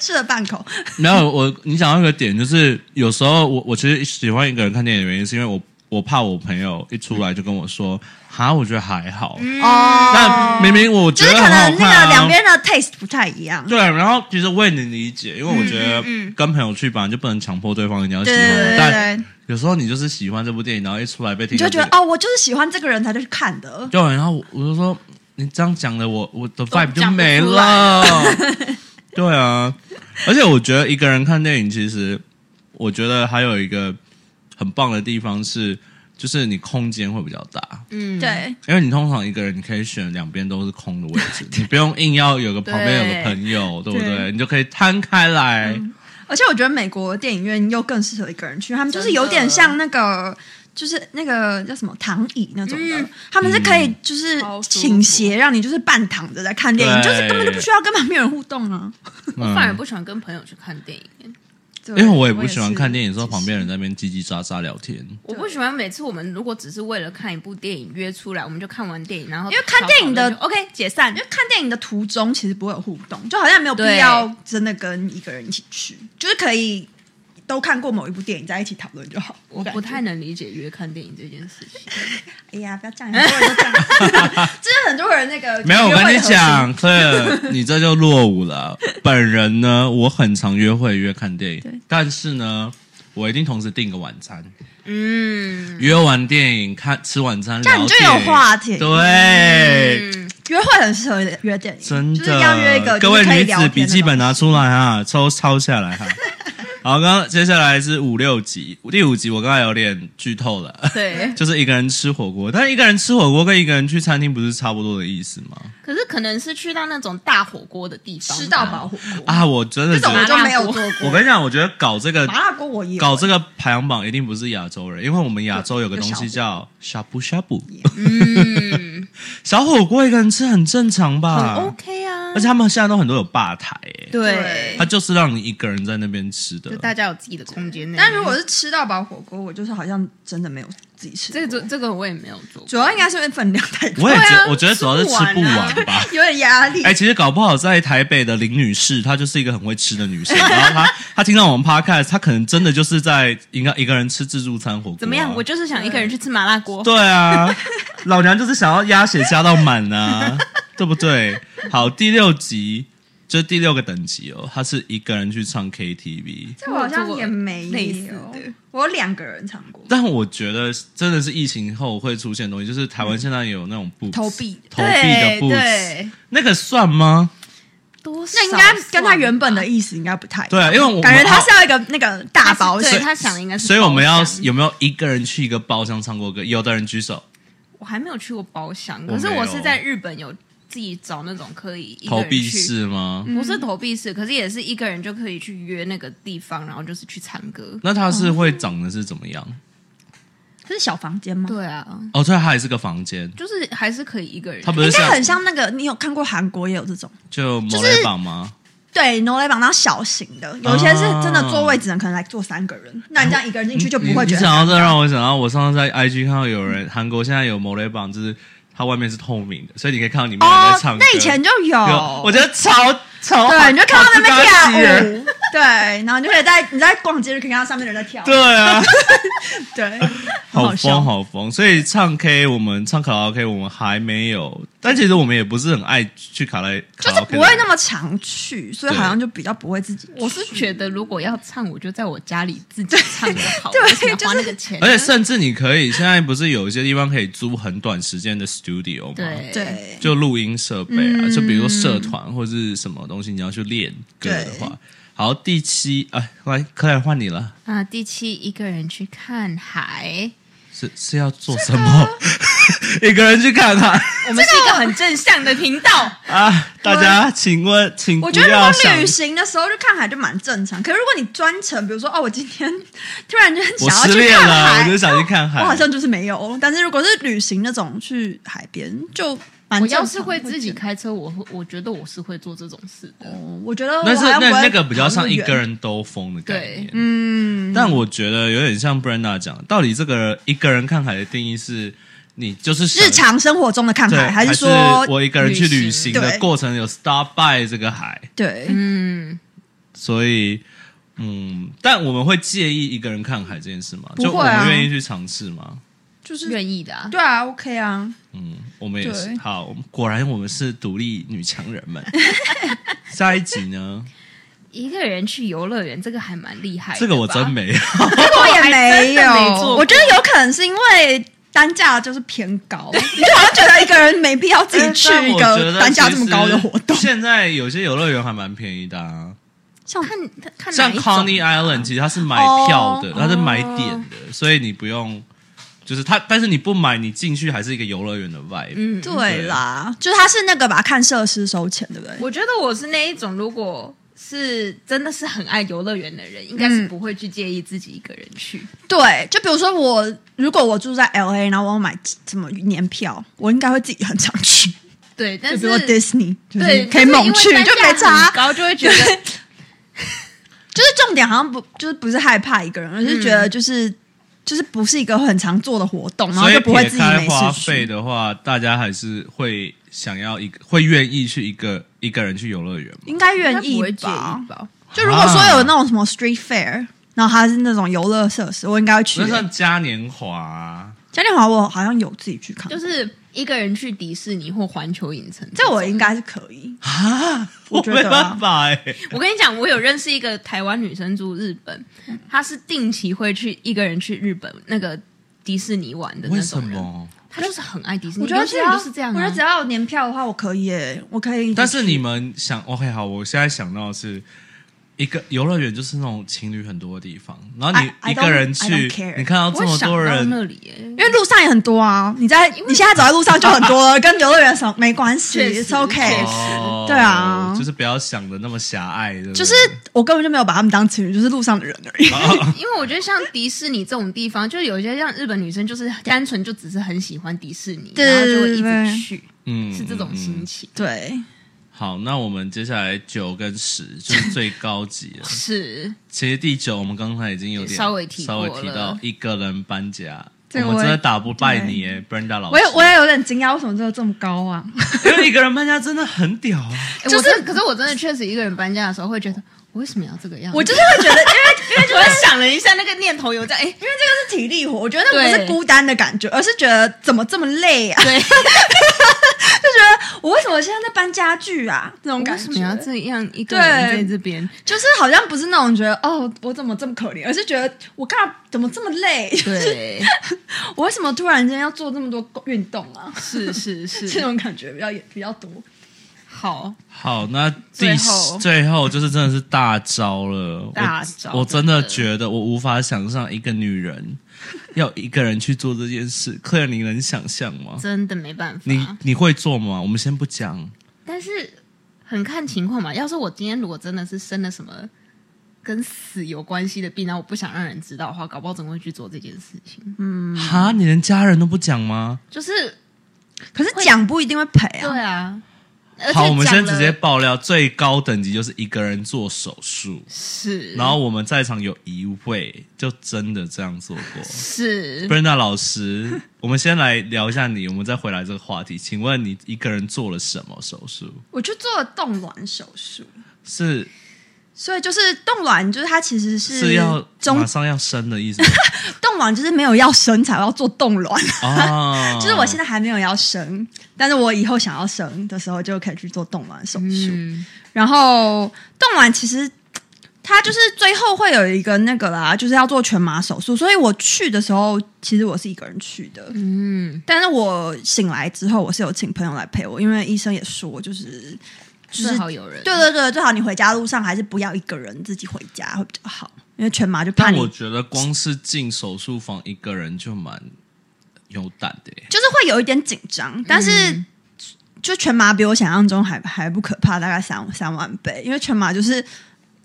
Speaker 3: 吃了半口，
Speaker 1: 没有我，你讲到一个点，就是有时候我我其实喜欢一个人看电影的原因，是因为我我怕我朋友一出来就跟我说，哈，我觉得还好，
Speaker 3: 哦
Speaker 1: 但明明我觉
Speaker 3: 就是
Speaker 1: 得
Speaker 3: 可
Speaker 1: 很
Speaker 3: 能
Speaker 1: 好看、
Speaker 3: 那
Speaker 1: 啊
Speaker 3: 个两边的 taste 不太一样。
Speaker 1: 对，然后其实我也能理解，因为我觉得
Speaker 2: 嗯嗯嗯
Speaker 1: 跟朋友去本来就不能强迫对方一定要喜
Speaker 3: 对
Speaker 1: 欢
Speaker 3: 对
Speaker 1: 我，
Speaker 3: 对
Speaker 1: 但
Speaker 3: 对对，
Speaker 1: 有时候你就是喜欢这部电影，然后一出来被听
Speaker 3: 你
Speaker 1: 到
Speaker 3: 就
Speaker 1: 这
Speaker 3: 觉
Speaker 1: 个、
Speaker 3: 得哦，我就是喜欢这个人才去看的。
Speaker 1: 对，然后我我就说你这样讲的我，我的 vibe 就
Speaker 2: 讲不
Speaker 1: 没
Speaker 2: 出
Speaker 1: 了。 对啊，而且我觉得一个人看电影，其实我觉得还有一个很棒的地方是，就是你空间会比较大，
Speaker 2: 嗯，
Speaker 3: 对，
Speaker 1: 因为你通常一个人你可以选两边都是空的位 置，你不用硬要有个旁边有个
Speaker 2: 对嗯
Speaker 1: 朋友，对不对？
Speaker 3: 对
Speaker 1: 你就可以摊开来。
Speaker 3: 而且我觉得美国电影院又更适合一个人去，他们就是
Speaker 2: 真的
Speaker 3: 有点像那个。就是那个叫什么躺椅那种的，
Speaker 2: 嗯
Speaker 3: 他们是可以就是
Speaker 2: 超舒服
Speaker 3: 倾
Speaker 1: 嗯
Speaker 3: 斜，让你就是半躺着在看电影，
Speaker 1: 对
Speaker 3: 就是根本就不需要跟旁边人互动啊。
Speaker 2: 我反而不喜欢跟朋友去看电影，欸
Speaker 3: 因
Speaker 1: 嗯因为我也不喜欢看电影的时候，
Speaker 3: 其实
Speaker 1: 旁边人在那边叽叽喳喳聊天。
Speaker 2: 我不喜欢每次我们如果只是为了看一部电影约出来，我们就看完电影，然后
Speaker 3: 因为看电影的
Speaker 2: 讨论就 OK 解散
Speaker 3: 因，为看电影的途中其实不会有互动，就好像没有必要真的跟一个人一起去，就是可以都看过某一部电影在一起讨论就好。
Speaker 2: 我
Speaker 3: 感
Speaker 2: 不
Speaker 3: 觉
Speaker 2: 太能理解约看电影这件事情。
Speaker 3: 哎呀，不要这样，很多人都这样， 这是很多人那 个
Speaker 1: 没有，我
Speaker 3: 约会
Speaker 1: 跟
Speaker 3: 的
Speaker 1: 你
Speaker 3: 核心
Speaker 1: 讲，Claire，你这就落伍 了。本人呢，我很常约会约看电影，但是呢，我一定同时订个晚餐，
Speaker 2: 嗯，
Speaker 1: 约完电影看吃晚餐，
Speaker 3: 这样你就
Speaker 1: 聊电影
Speaker 3: 有话题
Speaker 1: 对，
Speaker 2: 嗯
Speaker 3: 约会很适合约电影，
Speaker 1: 真的，
Speaker 3: 就是要约一个
Speaker 1: 各位
Speaker 3: 就是可以
Speaker 1: 女
Speaker 3: 聊天
Speaker 1: 子
Speaker 3: 的
Speaker 1: 笔记本啊拿
Speaker 3: 东
Speaker 1: 出来哈，抽抄下来 哈。好，刚刚接下来是五六集，第五集我刚才有点剧透了，
Speaker 2: 对，
Speaker 1: 就是一个人吃火锅，但一个人吃火锅跟一个人去餐厅不是差不多的意思吗？
Speaker 2: 可是可能是去到那种大火锅的地
Speaker 3: 西，
Speaker 2: 方吧，
Speaker 3: 吃到饱火锅，
Speaker 1: 啊，我真的
Speaker 3: 这
Speaker 1: 觉
Speaker 3: 种
Speaker 1: 得
Speaker 3: 我就没有做
Speaker 1: 我
Speaker 3: 过。
Speaker 1: 跟你讲，我觉得搞这个
Speaker 3: 麻辣锅我也有
Speaker 1: 搞这个排行榜一定不是亚洲人，因为我们亚洲有个东
Speaker 3: 有
Speaker 1: 西叫呷哺呷哺，
Speaker 2: 嗯，
Speaker 1: 小火锅一个人吃很正常
Speaker 2: 很
Speaker 1: 吧？
Speaker 2: OK 啊
Speaker 1: 而且，他们现在都很多有吧台、欸，
Speaker 2: 对
Speaker 1: 它，就是让你一个人在那边吃的
Speaker 2: 就。大家有自己的空间内。
Speaker 3: 但如果是吃到饱火锅，我就是好像真的没有自己吃过。
Speaker 2: 这个这个我也没有做过，
Speaker 3: 主要应该是因为分量太多，
Speaker 1: 我也觉
Speaker 2: 对啊
Speaker 1: 我觉得主要是吃不完
Speaker 2: 吃啊
Speaker 1: 吧。
Speaker 3: 有点压力。
Speaker 1: 哎、其实搞不好在台北的林女士，她就是一个很会吃的女 生。然后她她听到我们 podcast，她可能真的就是在一个一个人吃自助餐火锅啊、
Speaker 2: 怎么样？我就是想一个人去吃麻辣 锅。
Speaker 1: 对啊，老娘就是想要鸭血加到满啊， 对不对？好，第六集这第六个等级哦，他是一个人去唱 KTV，
Speaker 3: 这我好像也没
Speaker 2: 类似
Speaker 3: 有
Speaker 2: 的，
Speaker 3: 我有两个人唱过，
Speaker 1: 但我觉得真的是疫情后会出现的东西，就是台湾现在有那种 boots
Speaker 3: 投币
Speaker 1: 投币的 boots，，那个算吗？
Speaker 2: 多少
Speaker 3: 那应该跟他
Speaker 2: 算
Speaker 3: 原本的
Speaker 2: 吧
Speaker 3: 意思应该不太一样
Speaker 1: 对啊，因为我
Speaker 3: 感觉他是要一个那个大包
Speaker 2: 对
Speaker 3: 厢，
Speaker 2: 他想的应该是包厢，
Speaker 1: 所以我们要有没有一个人去一个包厢唱过歌？有的人举手，
Speaker 2: 我还没有去过包厢，
Speaker 1: 我
Speaker 2: 可是
Speaker 1: 没有
Speaker 2: 我是在日本有自己找那种可以一个
Speaker 1: 投
Speaker 2: 人
Speaker 1: 币
Speaker 2: 去，
Speaker 1: 是吗？
Speaker 3: 嗯
Speaker 2: 不是投币式，可是也是一个人就可以去约那个地方，然后就是去唱歌。
Speaker 1: 那他是会长得是怎么样？
Speaker 3: 这是小房间吗？
Speaker 2: 对啊，
Speaker 1: 哦，对，他也是个房间，
Speaker 2: 就是还是可以一个人。
Speaker 1: 他不
Speaker 3: 应
Speaker 1: 是
Speaker 3: 该
Speaker 1: 像
Speaker 3: 很像那个，你有看过韩国也有这种，
Speaker 1: 就某
Speaker 3: 是
Speaker 1: 来榜吗？
Speaker 3: 对，挪来榜，然后小型
Speaker 1: 啊
Speaker 3: 的，有一些是真的座位只能可能来坐三个人，那你这样一个人进去就不会
Speaker 1: 你嗯你
Speaker 3: 觉得
Speaker 1: 想到
Speaker 3: 很尴尬。
Speaker 1: 这，让我想到我上次在 IG 看到有人，韩国现在有某类榜，就是它外面是透明的，所以你可以看到里面有人在
Speaker 3: 哦
Speaker 1: 唱，歌。
Speaker 3: 那以前就有
Speaker 1: 有，，我觉得超超
Speaker 3: 对，你就看到那边跳
Speaker 1: 舞。
Speaker 3: 舞，对，然后你就可以在你在逛街就可以看到上面的人在 跳，
Speaker 1: 对 啊，
Speaker 3: 对，
Speaker 1: 好
Speaker 3: 笑
Speaker 1: 疯好疯！所以唱 K，我们唱卡拉 OK，我们还没有，但其实我们也不是很爱去卡拉，
Speaker 3: 就
Speaker 1: 就是
Speaker 3: 不会那么常去，所以好像就比较不会自己去。
Speaker 2: 我是觉得，如果要唱，我就在我家里自己唱就好，为什么要花那个钱呢？
Speaker 1: 而且甚至你可以，现在不是有一些地方可以租很短时间的 studio 吗？，
Speaker 2: 对，
Speaker 3: 对，嗯
Speaker 1: 就录音设备啊，就比如说社团或是什么东西，你要去练歌的话，好，第七，哎，来，克莱尔换你了，
Speaker 2: 啊、第七，一个人去看海，
Speaker 1: 是是要做什么？
Speaker 3: 啊
Speaker 1: 一个人去看看
Speaker 2: 我们是一个很正向的频道。
Speaker 1: 啊！大家，请问，请
Speaker 3: 我
Speaker 1: 不
Speaker 3: 觉得如
Speaker 1: 要
Speaker 3: 果
Speaker 1: 想
Speaker 3: 旅行的时候就看海就蛮正常，可是如果你专程，比如说哦，我今天突然间
Speaker 1: 我
Speaker 3: 想要
Speaker 1: 失
Speaker 3: 去
Speaker 1: 恋
Speaker 3: 看
Speaker 1: 了，
Speaker 3: 海，
Speaker 1: 我就想去看海。
Speaker 3: 我好像就是没有。但是如果是旅行那种去海边，就蛮
Speaker 2: 我
Speaker 3: 正常
Speaker 2: 要是会自己
Speaker 3: 这样
Speaker 2: 开车，我会我觉得我是会做这种事的。
Speaker 3: 哦，我觉得
Speaker 1: 但是
Speaker 3: 我好像
Speaker 1: 那
Speaker 3: 不会
Speaker 1: 那个比较像一
Speaker 3: 跑那
Speaker 1: 个
Speaker 3: 么远，
Speaker 1: 人兜风的概念
Speaker 2: 对，
Speaker 3: 嗯，
Speaker 1: 但我觉得有点像 Brenda 讲，到底这个一个人看海的定义是，你就是想
Speaker 3: 日常生活中的看
Speaker 1: 对，
Speaker 3: 海，
Speaker 1: 还
Speaker 3: 啊是说
Speaker 1: 我一个人去旅行
Speaker 3: 旅
Speaker 1: 的
Speaker 3: 行
Speaker 1: 过程有 stop by 这个海，
Speaker 3: 对、
Speaker 2: 嗯，
Speaker 1: 所以嗯，但我们会介意一个人看海这件事吗？
Speaker 3: 不
Speaker 1: 就我
Speaker 3: 会啊
Speaker 1: 们愿意去尝试吗？
Speaker 3: 就是
Speaker 2: 愿意的啊。
Speaker 3: 对啊，OK 啊，
Speaker 1: 嗯，我们也是
Speaker 3: 对。
Speaker 1: 好，我们果然我们是独立女强人们。 下一集呢？
Speaker 2: 一个人去游乐园，这个还蛮厉害的吧。
Speaker 1: 这个我真没有。
Speaker 3: 我也没
Speaker 2: 我还真
Speaker 3: 有，
Speaker 2: 的没做过
Speaker 3: 我觉得有可能是因为单价就是偏高， 你就好像觉得一个人没必要自己去一
Speaker 1: 但我觉
Speaker 3: 个
Speaker 1: 得
Speaker 3: 单价这么高的活动
Speaker 1: 其实，现在有些游乐园还蛮便宜的啊，
Speaker 3: 像
Speaker 2: 看看哪
Speaker 1: 像啊
Speaker 2: 一种
Speaker 3: 啊
Speaker 1: Coney Island 其实它是买票
Speaker 3: 哦
Speaker 1: 的，它是买点的，所以你不用。就是它，但是你不买，你进去还是一个游乐园的 vibe。
Speaker 2: 嗯，
Speaker 3: 对啦，就是它是那个吧，看设施收钱，对不对？
Speaker 2: 我觉得我是那一种，如果是真的是很爱游乐园的人，应该是不会去介意自己一个人去。
Speaker 3: 对，就比如说我如果我住在 L A，然后我要买什么年票，我应该会自己很常去，
Speaker 2: 对，但
Speaker 3: 就是比如说 Disney，就是
Speaker 2: 对
Speaker 3: 可以猛去，就没差。
Speaker 2: 然后就会觉 得
Speaker 3: 就是重点好像不就是不是害怕一个人，而是觉得就是、就是不是一个很常做的活动，然后
Speaker 1: 所以
Speaker 3: 就不会
Speaker 1: 撇
Speaker 3: 自己没
Speaker 1: 开花
Speaker 3: 事
Speaker 1: 费
Speaker 2: 嗯
Speaker 3: 去。
Speaker 1: 的话，大家还是会想要一个，会愿意去一个一个人去游乐园吗？
Speaker 3: 应该愿
Speaker 2: 应该不
Speaker 3: 意
Speaker 2: 会介
Speaker 3: 吧
Speaker 2: 意？吧？
Speaker 3: 就如果说有那种什么 street fair，然后它是那种游乐设施，我应该会去
Speaker 1: 那
Speaker 3: 的。
Speaker 1: 像嘉年华啊、
Speaker 3: 嘉年华我好像有自己去看，
Speaker 2: 就是一个人去迪士尼或环球影城，
Speaker 3: 这我应该是可以。
Speaker 1: 我
Speaker 3: 我觉得
Speaker 1: 没
Speaker 3: 啊
Speaker 1: 办法哎、
Speaker 2: 我跟你讲，我有认识一个台湾女生住日本，她是定期会去一个人去日本那个迪士尼玩的
Speaker 1: 欸为
Speaker 2: 那
Speaker 1: 什
Speaker 2: 种人，
Speaker 1: 么？
Speaker 2: 她就是很爱迪士尼。
Speaker 3: 我觉得
Speaker 2: 有
Speaker 3: 只
Speaker 2: 些人
Speaker 3: 要
Speaker 2: 就是这样啊、
Speaker 3: 我觉得只要有年票的话，我可以耶，我可以。
Speaker 1: 但是你们想，OK，好，我现在想到的是一个游乐园，就是那种情侣很多的地方，然后
Speaker 3: I-
Speaker 1: 你
Speaker 3: I
Speaker 1: 一个人
Speaker 3: don't-
Speaker 1: 去
Speaker 3: I don't，care
Speaker 1: 你看到
Speaker 2: 不
Speaker 1: 这
Speaker 2: 会
Speaker 1: 么
Speaker 2: 想
Speaker 1: 多
Speaker 2: 到
Speaker 1: 人，
Speaker 2: 那里耶、
Speaker 3: 因为路上也很多啊，你在你现在走在路上就很多 了，跟游乐园什么没关系
Speaker 2: 确实
Speaker 3: ，it's OK
Speaker 2: 确实。
Speaker 1: 哦
Speaker 3: 对啊
Speaker 1: 就是不要想的那么狭隘，对不对
Speaker 3: 就是我根本就没有把他们当情侣，就是路上的人而已。
Speaker 2: 因为我觉得像迪士尼这种地方，就有一些像日本女生，就是单纯就只是很喜欢迪士尼，
Speaker 3: 对
Speaker 2: 然后就会一
Speaker 3: 对对
Speaker 2: 直去，
Speaker 1: 嗯
Speaker 2: 是这种
Speaker 1: 嗯
Speaker 2: 心
Speaker 1: 嗯
Speaker 2: 情。。
Speaker 3: 对，
Speaker 1: 好，那我们接下来九跟十就是最高级了
Speaker 2: 是，
Speaker 1: 其实第九我们刚才已经有点
Speaker 2: 稍微提
Speaker 1: 稍微
Speaker 2: 过
Speaker 1: 提
Speaker 2: 了
Speaker 1: 到一个人搬家，
Speaker 3: 这个
Speaker 1: 我们真的
Speaker 3: 我也
Speaker 1: 打不败
Speaker 3: 对
Speaker 1: 你耶，Brenda 老师。
Speaker 3: 我也我也有点惊讶，为什么这个这么高 啊？
Speaker 1: 因为一个人搬家真的很屌啊！
Speaker 2: 就
Speaker 3: 就是
Speaker 2: 是，可是我真的确实一个人搬家的时候会觉得，我为什么要这个样子？
Speaker 3: 我就是会觉得，因为因为
Speaker 2: 我想了一下，那个念头有在，哎，
Speaker 3: 因为这个是体力活，我觉得那不
Speaker 2: 对
Speaker 3: 是孤单的感觉，而是觉得怎么这么累啊？
Speaker 2: 对，
Speaker 3: 我为什么现在在搬家具啊？这种
Speaker 2: 我
Speaker 3: 感
Speaker 2: 为
Speaker 3: 觉，
Speaker 2: 什么要这样一个
Speaker 3: 对
Speaker 2: 人在这边？
Speaker 3: 就是好像不是那种觉得哦，我怎么这么可怜，而是觉得我干嘛怎么这么累？
Speaker 2: 对，
Speaker 3: 我为什么突然间要做这么多运动啊？
Speaker 2: 是是
Speaker 3: 这
Speaker 2: 是，
Speaker 3: 种感觉比较也比较多。
Speaker 2: 好，
Speaker 1: 好，那第
Speaker 2: 最
Speaker 1: 十
Speaker 2: 后
Speaker 1: 最后就是真的是大招了，
Speaker 2: 大招
Speaker 1: 我！我真的
Speaker 2: 真的
Speaker 1: 觉得我无法想象一个女人要一个人去做这件事。克尔，你能想象吗？
Speaker 2: 真的没办法。
Speaker 1: 你你会做吗？我们先不讲，
Speaker 2: 但是很看情况嘛。要是我今天如果真的是生了什么跟死有关系的病，然后我不想让人知道的话，搞不好怎么会去做这件事情？
Speaker 1: 哈，你连家人都不讲吗？
Speaker 2: 就是
Speaker 3: 可是讲不一定会赔啊。
Speaker 2: 对啊，而且
Speaker 1: 好，我们先
Speaker 2: 讲了
Speaker 1: 直接爆料，最高等级就是一个人做手术，
Speaker 2: 是，
Speaker 1: 然后我们在场有一位就真的这样做过。
Speaker 2: 是
Speaker 1: Brenda 老师， 我们先来聊一下你，我们再回来这个话题。请问你一个人做了什么手术？
Speaker 3: 我去做了冻卵手术，
Speaker 1: 是
Speaker 3: 所以就是冻卵，就是它其实
Speaker 1: 是要
Speaker 3: 中
Speaker 1: 马上要生的意思吗？
Speaker 3: 冻卵，就是没有要生才要做冻卵。
Speaker 1: 哦，
Speaker 3: 就是我现在还没有要生，但是我以后想要生的时候就可以去做冻卵手术。
Speaker 2: 嗯，
Speaker 3: 然后冻卵其实它就是最后会有一个那个啦，就是要做全麻手术，所以我去的时候其实我是一个人去的，
Speaker 2: 嗯，
Speaker 3: 但是我醒来之后我是有请朋友来陪我，因为医生也说就是。就是
Speaker 2: 最好有人。
Speaker 3: 对对对，最好你回家路上还是不要一个人自己回家会比较好，因为全麻就怕
Speaker 1: 但
Speaker 3: 你
Speaker 1: 我觉得光是进手术房一个人就蛮有胆的耶。
Speaker 3: 就是会有一点紧张，但是。
Speaker 2: 嗯
Speaker 3: 就全麻比我想象中还还不可怕，大概三三万倍，因为全麻就是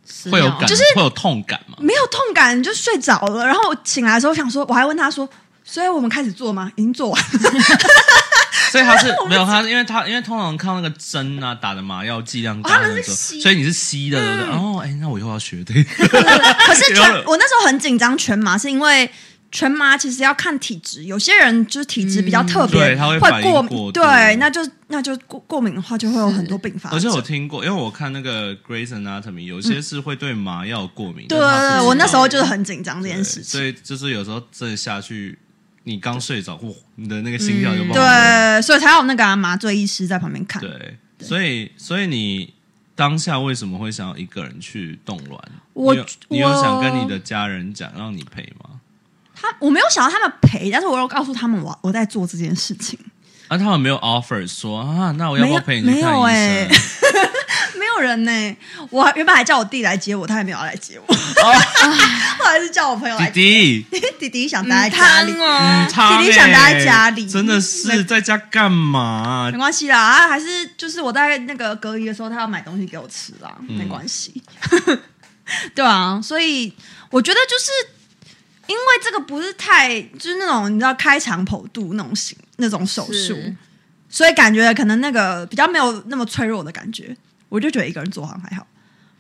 Speaker 2: 是
Speaker 1: 会有
Speaker 2: 哦
Speaker 1: 感，
Speaker 3: 就是
Speaker 1: 会有痛感嘛？
Speaker 3: 没有痛感，你就睡着了。然后我醒来的时候想说，我还问他说，所以我们开始做吗？已经 做完了，
Speaker 1: 所以他 是没有他，因为他因为通常靠那个针啊打的麻药剂量高
Speaker 3: 哦他
Speaker 1: 那
Speaker 3: 们
Speaker 1: 种，
Speaker 3: 是吸嗯
Speaker 1: 所以你是吸的，对不对？哦，哎，那我以后要学 对，
Speaker 3: 可是全
Speaker 1: 有了
Speaker 3: 我那时候很紧张全麻，是因为全麻其实要看体质，有些人就是体质比较特
Speaker 1: 嗯
Speaker 3: 别，
Speaker 1: 对他会反
Speaker 3: 会
Speaker 1: 应
Speaker 3: 过
Speaker 1: 过
Speaker 3: 敏，
Speaker 1: 度
Speaker 3: 对，那就那就过过敏的话就会有很多并发症。
Speaker 1: 而且我听过，因为我看那个《Grey's Anatomy》，有些是会对麻药过敏。
Speaker 3: 嗯对
Speaker 1: 但是他不知道
Speaker 3: 我那时候就是很紧张这件事
Speaker 1: 对
Speaker 3: 情
Speaker 1: 所。以就是有时候真的下去，你刚睡着，哇，你的那个心跳就
Speaker 3: 嗯
Speaker 1: 爆了。
Speaker 3: 对，所以才有那个、啊、麻醉医师在旁边看。
Speaker 1: 对，所以所以你当下为什么会想要一个人去冻卵？
Speaker 3: 我
Speaker 1: 你有你有
Speaker 3: 我
Speaker 1: 想跟你的家人讲，让你陪吗？
Speaker 3: 他我没有想到他们赔，但是我有告诉他们我我在做这件事情，
Speaker 1: 啊，他们没有 offer 说啊，那我要不要陪你
Speaker 3: 没
Speaker 1: 去
Speaker 3: 有
Speaker 1: 看医生？
Speaker 3: 没有欸没有人呢、我还原本还叫我弟来接我，他也没有要来接我，后来是叫 我朋友来 接。
Speaker 1: 弟弟，
Speaker 3: 弟弟想
Speaker 2: 嗯
Speaker 3: 待在家里，嗯
Speaker 2: 汤哦，
Speaker 1: 他
Speaker 3: 弟弟
Speaker 1: 欸
Speaker 3: 想待在家里
Speaker 1: 真的是在家干嘛
Speaker 3: 没？关系啦，啊，还是就是我在那个隔离的时候，他要买东西给我吃啦，没关系。 对啊，所以我觉得就是因为这个不是太就是那种你知道开肠剖肚那种型那种手术，
Speaker 2: 是
Speaker 3: 所以感觉可能那个比较没有那么脆弱的感觉，我就觉得一个人做好像还好。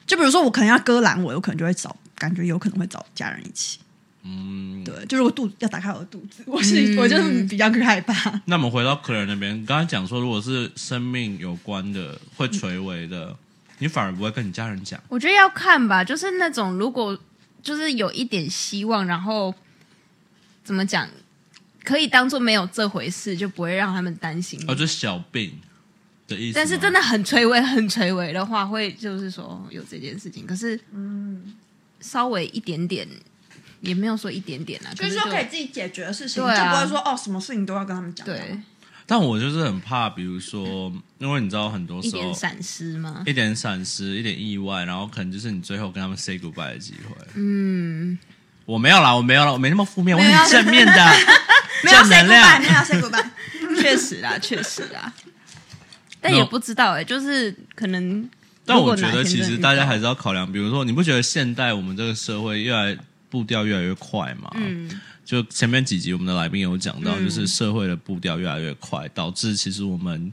Speaker 3: 就比如说我可能要割阑尾，我可能就会找，感觉有可能会找家人一起。
Speaker 1: 嗯，
Speaker 3: 对，就如果肚子要打开我的肚子，我是、我就是比较害怕。
Speaker 1: 那我们回到 Claire 那边，刚才讲说，如果是生命有关的，会垂危的，你反而不会跟你家人讲。
Speaker 2: 我觉得要看吧，就是那种如果就是有一点希望，然后怎么讲，可以当做没有这回事，就不会让他们担心。
Speaker 3: 嗯
Speaker 1: 哦，就是小病的意思吗。
Speaker 2: 但是真的很垂危、很垂危的话，会就是说有这件事情。可是，嗯，稍微一点点，也没有说一点点啊，
Speaker 3: 就是
Speaker 2: 是
Speaker 3: 说可以
Speaker 2: 就
Speaker 3: 自己解决的事情，
Speaker 2: 对啊
Speaker 3: 就不会说哦，什么事情都要跟他们讲。
Speaker 2: 对
Speaker 1: 但我就是很怕，比如说，因为你知道很多
Speaker 2: 一
Speaker 1: 时候
Speaker 2: 点闪 失吗？
Speaker 1: 一点闪失，一点意外，然后可能就是你最后跟他们 say goodbye 的机会。
Speaker 2: 嗯，
Speaker 1: 我没有啦，我没有啦，我没那么负面，我
Speaker 3: 没有啊
Speaker 1: 很正面的，
Speaker 3: 没有
Speaker 1: 正
Speaker 3: say
Speaker 1: 能量
Speaker 3: goodbye，。没有 say goodbye。
Speaker 2: 确实啦，确实啦。但也不知道哎、就是可能。
Speaker 1: 但
Speaker 2: 如
Speaker 1: 我
Speaker 2: 果
Speaker 1: 觉
Speaker 2: 哪
Speaker 1: 得
Speaker 2: 天
Speaker 1: 其
Speaker 2: 真的
Speaker 1: 实
Speaker 2: 遇
Speaker 1: 大家
Speaker 2: 到
Speaker 1: 还是要考量，比如说，你不觉得现代我们这个社会越来步调越来越快嘛？
Speaker 2: 嗯，
Speaker 1: 就前面几集我们的来宾有讲到，
Speaker 2: 嗯
Speaker 1: 就是社会的步调越来越快，导致其实我们，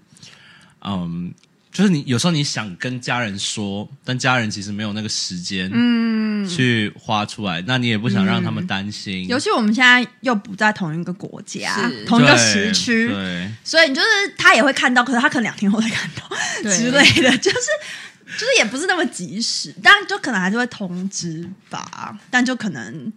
Speaker 1: 嗯，就是你有时候你想跟家人说，但家人其实没有那个时间，嗯，去花出来，那你也不想让
Speaker 2: 嗯
Speaker 1: 他们担心，
Speaker 3: 尤其我们现在又不在同一个国家
Speaker 2: 是、
Speaker 3: 同一个
Speaker 1: 对
Speaker 3: 时区，
Speaker 1: 对，
Speaker 3: 所以你就是他也会看到，可是他可能两天后才看到
Speaker 2: 对
Speaker 3: 之类的，就是就是也不是那么及时，但就可能还是会通知吧，但就可能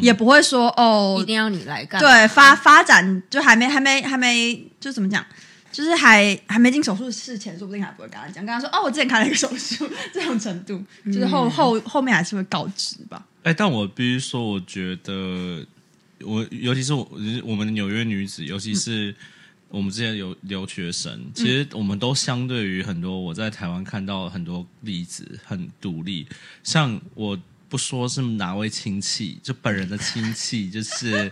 Speaker 3: 也不会说哦
Speaker 2: 一，定要你来干。
Speaker 3: 对发发展就还没还没还没就怎么讲。就是还还没进手术室前，说不定还不会跟他讲，跟他说哦，我之前开了一个手术，这种程度，
Speaker 2: 嗯
Speaker 3: 就是后、后后面还是会告知吧。
Speaker 1: 哎、但我必须说，我觉得我尤其是我我们纽约女子，尤其是我们之前有留学生，其实我们都相对于很多我在台湾看到很多例子很独立，像我不说是哪位亲戚，就本人的亲戚，就是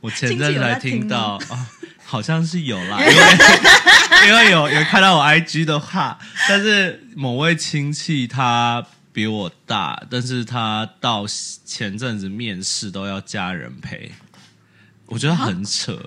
Speaker 1: 我前阵子才听到啊，好像是有啦，因为因为有有看到我 IG 的话，但是某位亲戚他比我大，但是他到前阵子面试都要家人陪，我觉得很扯。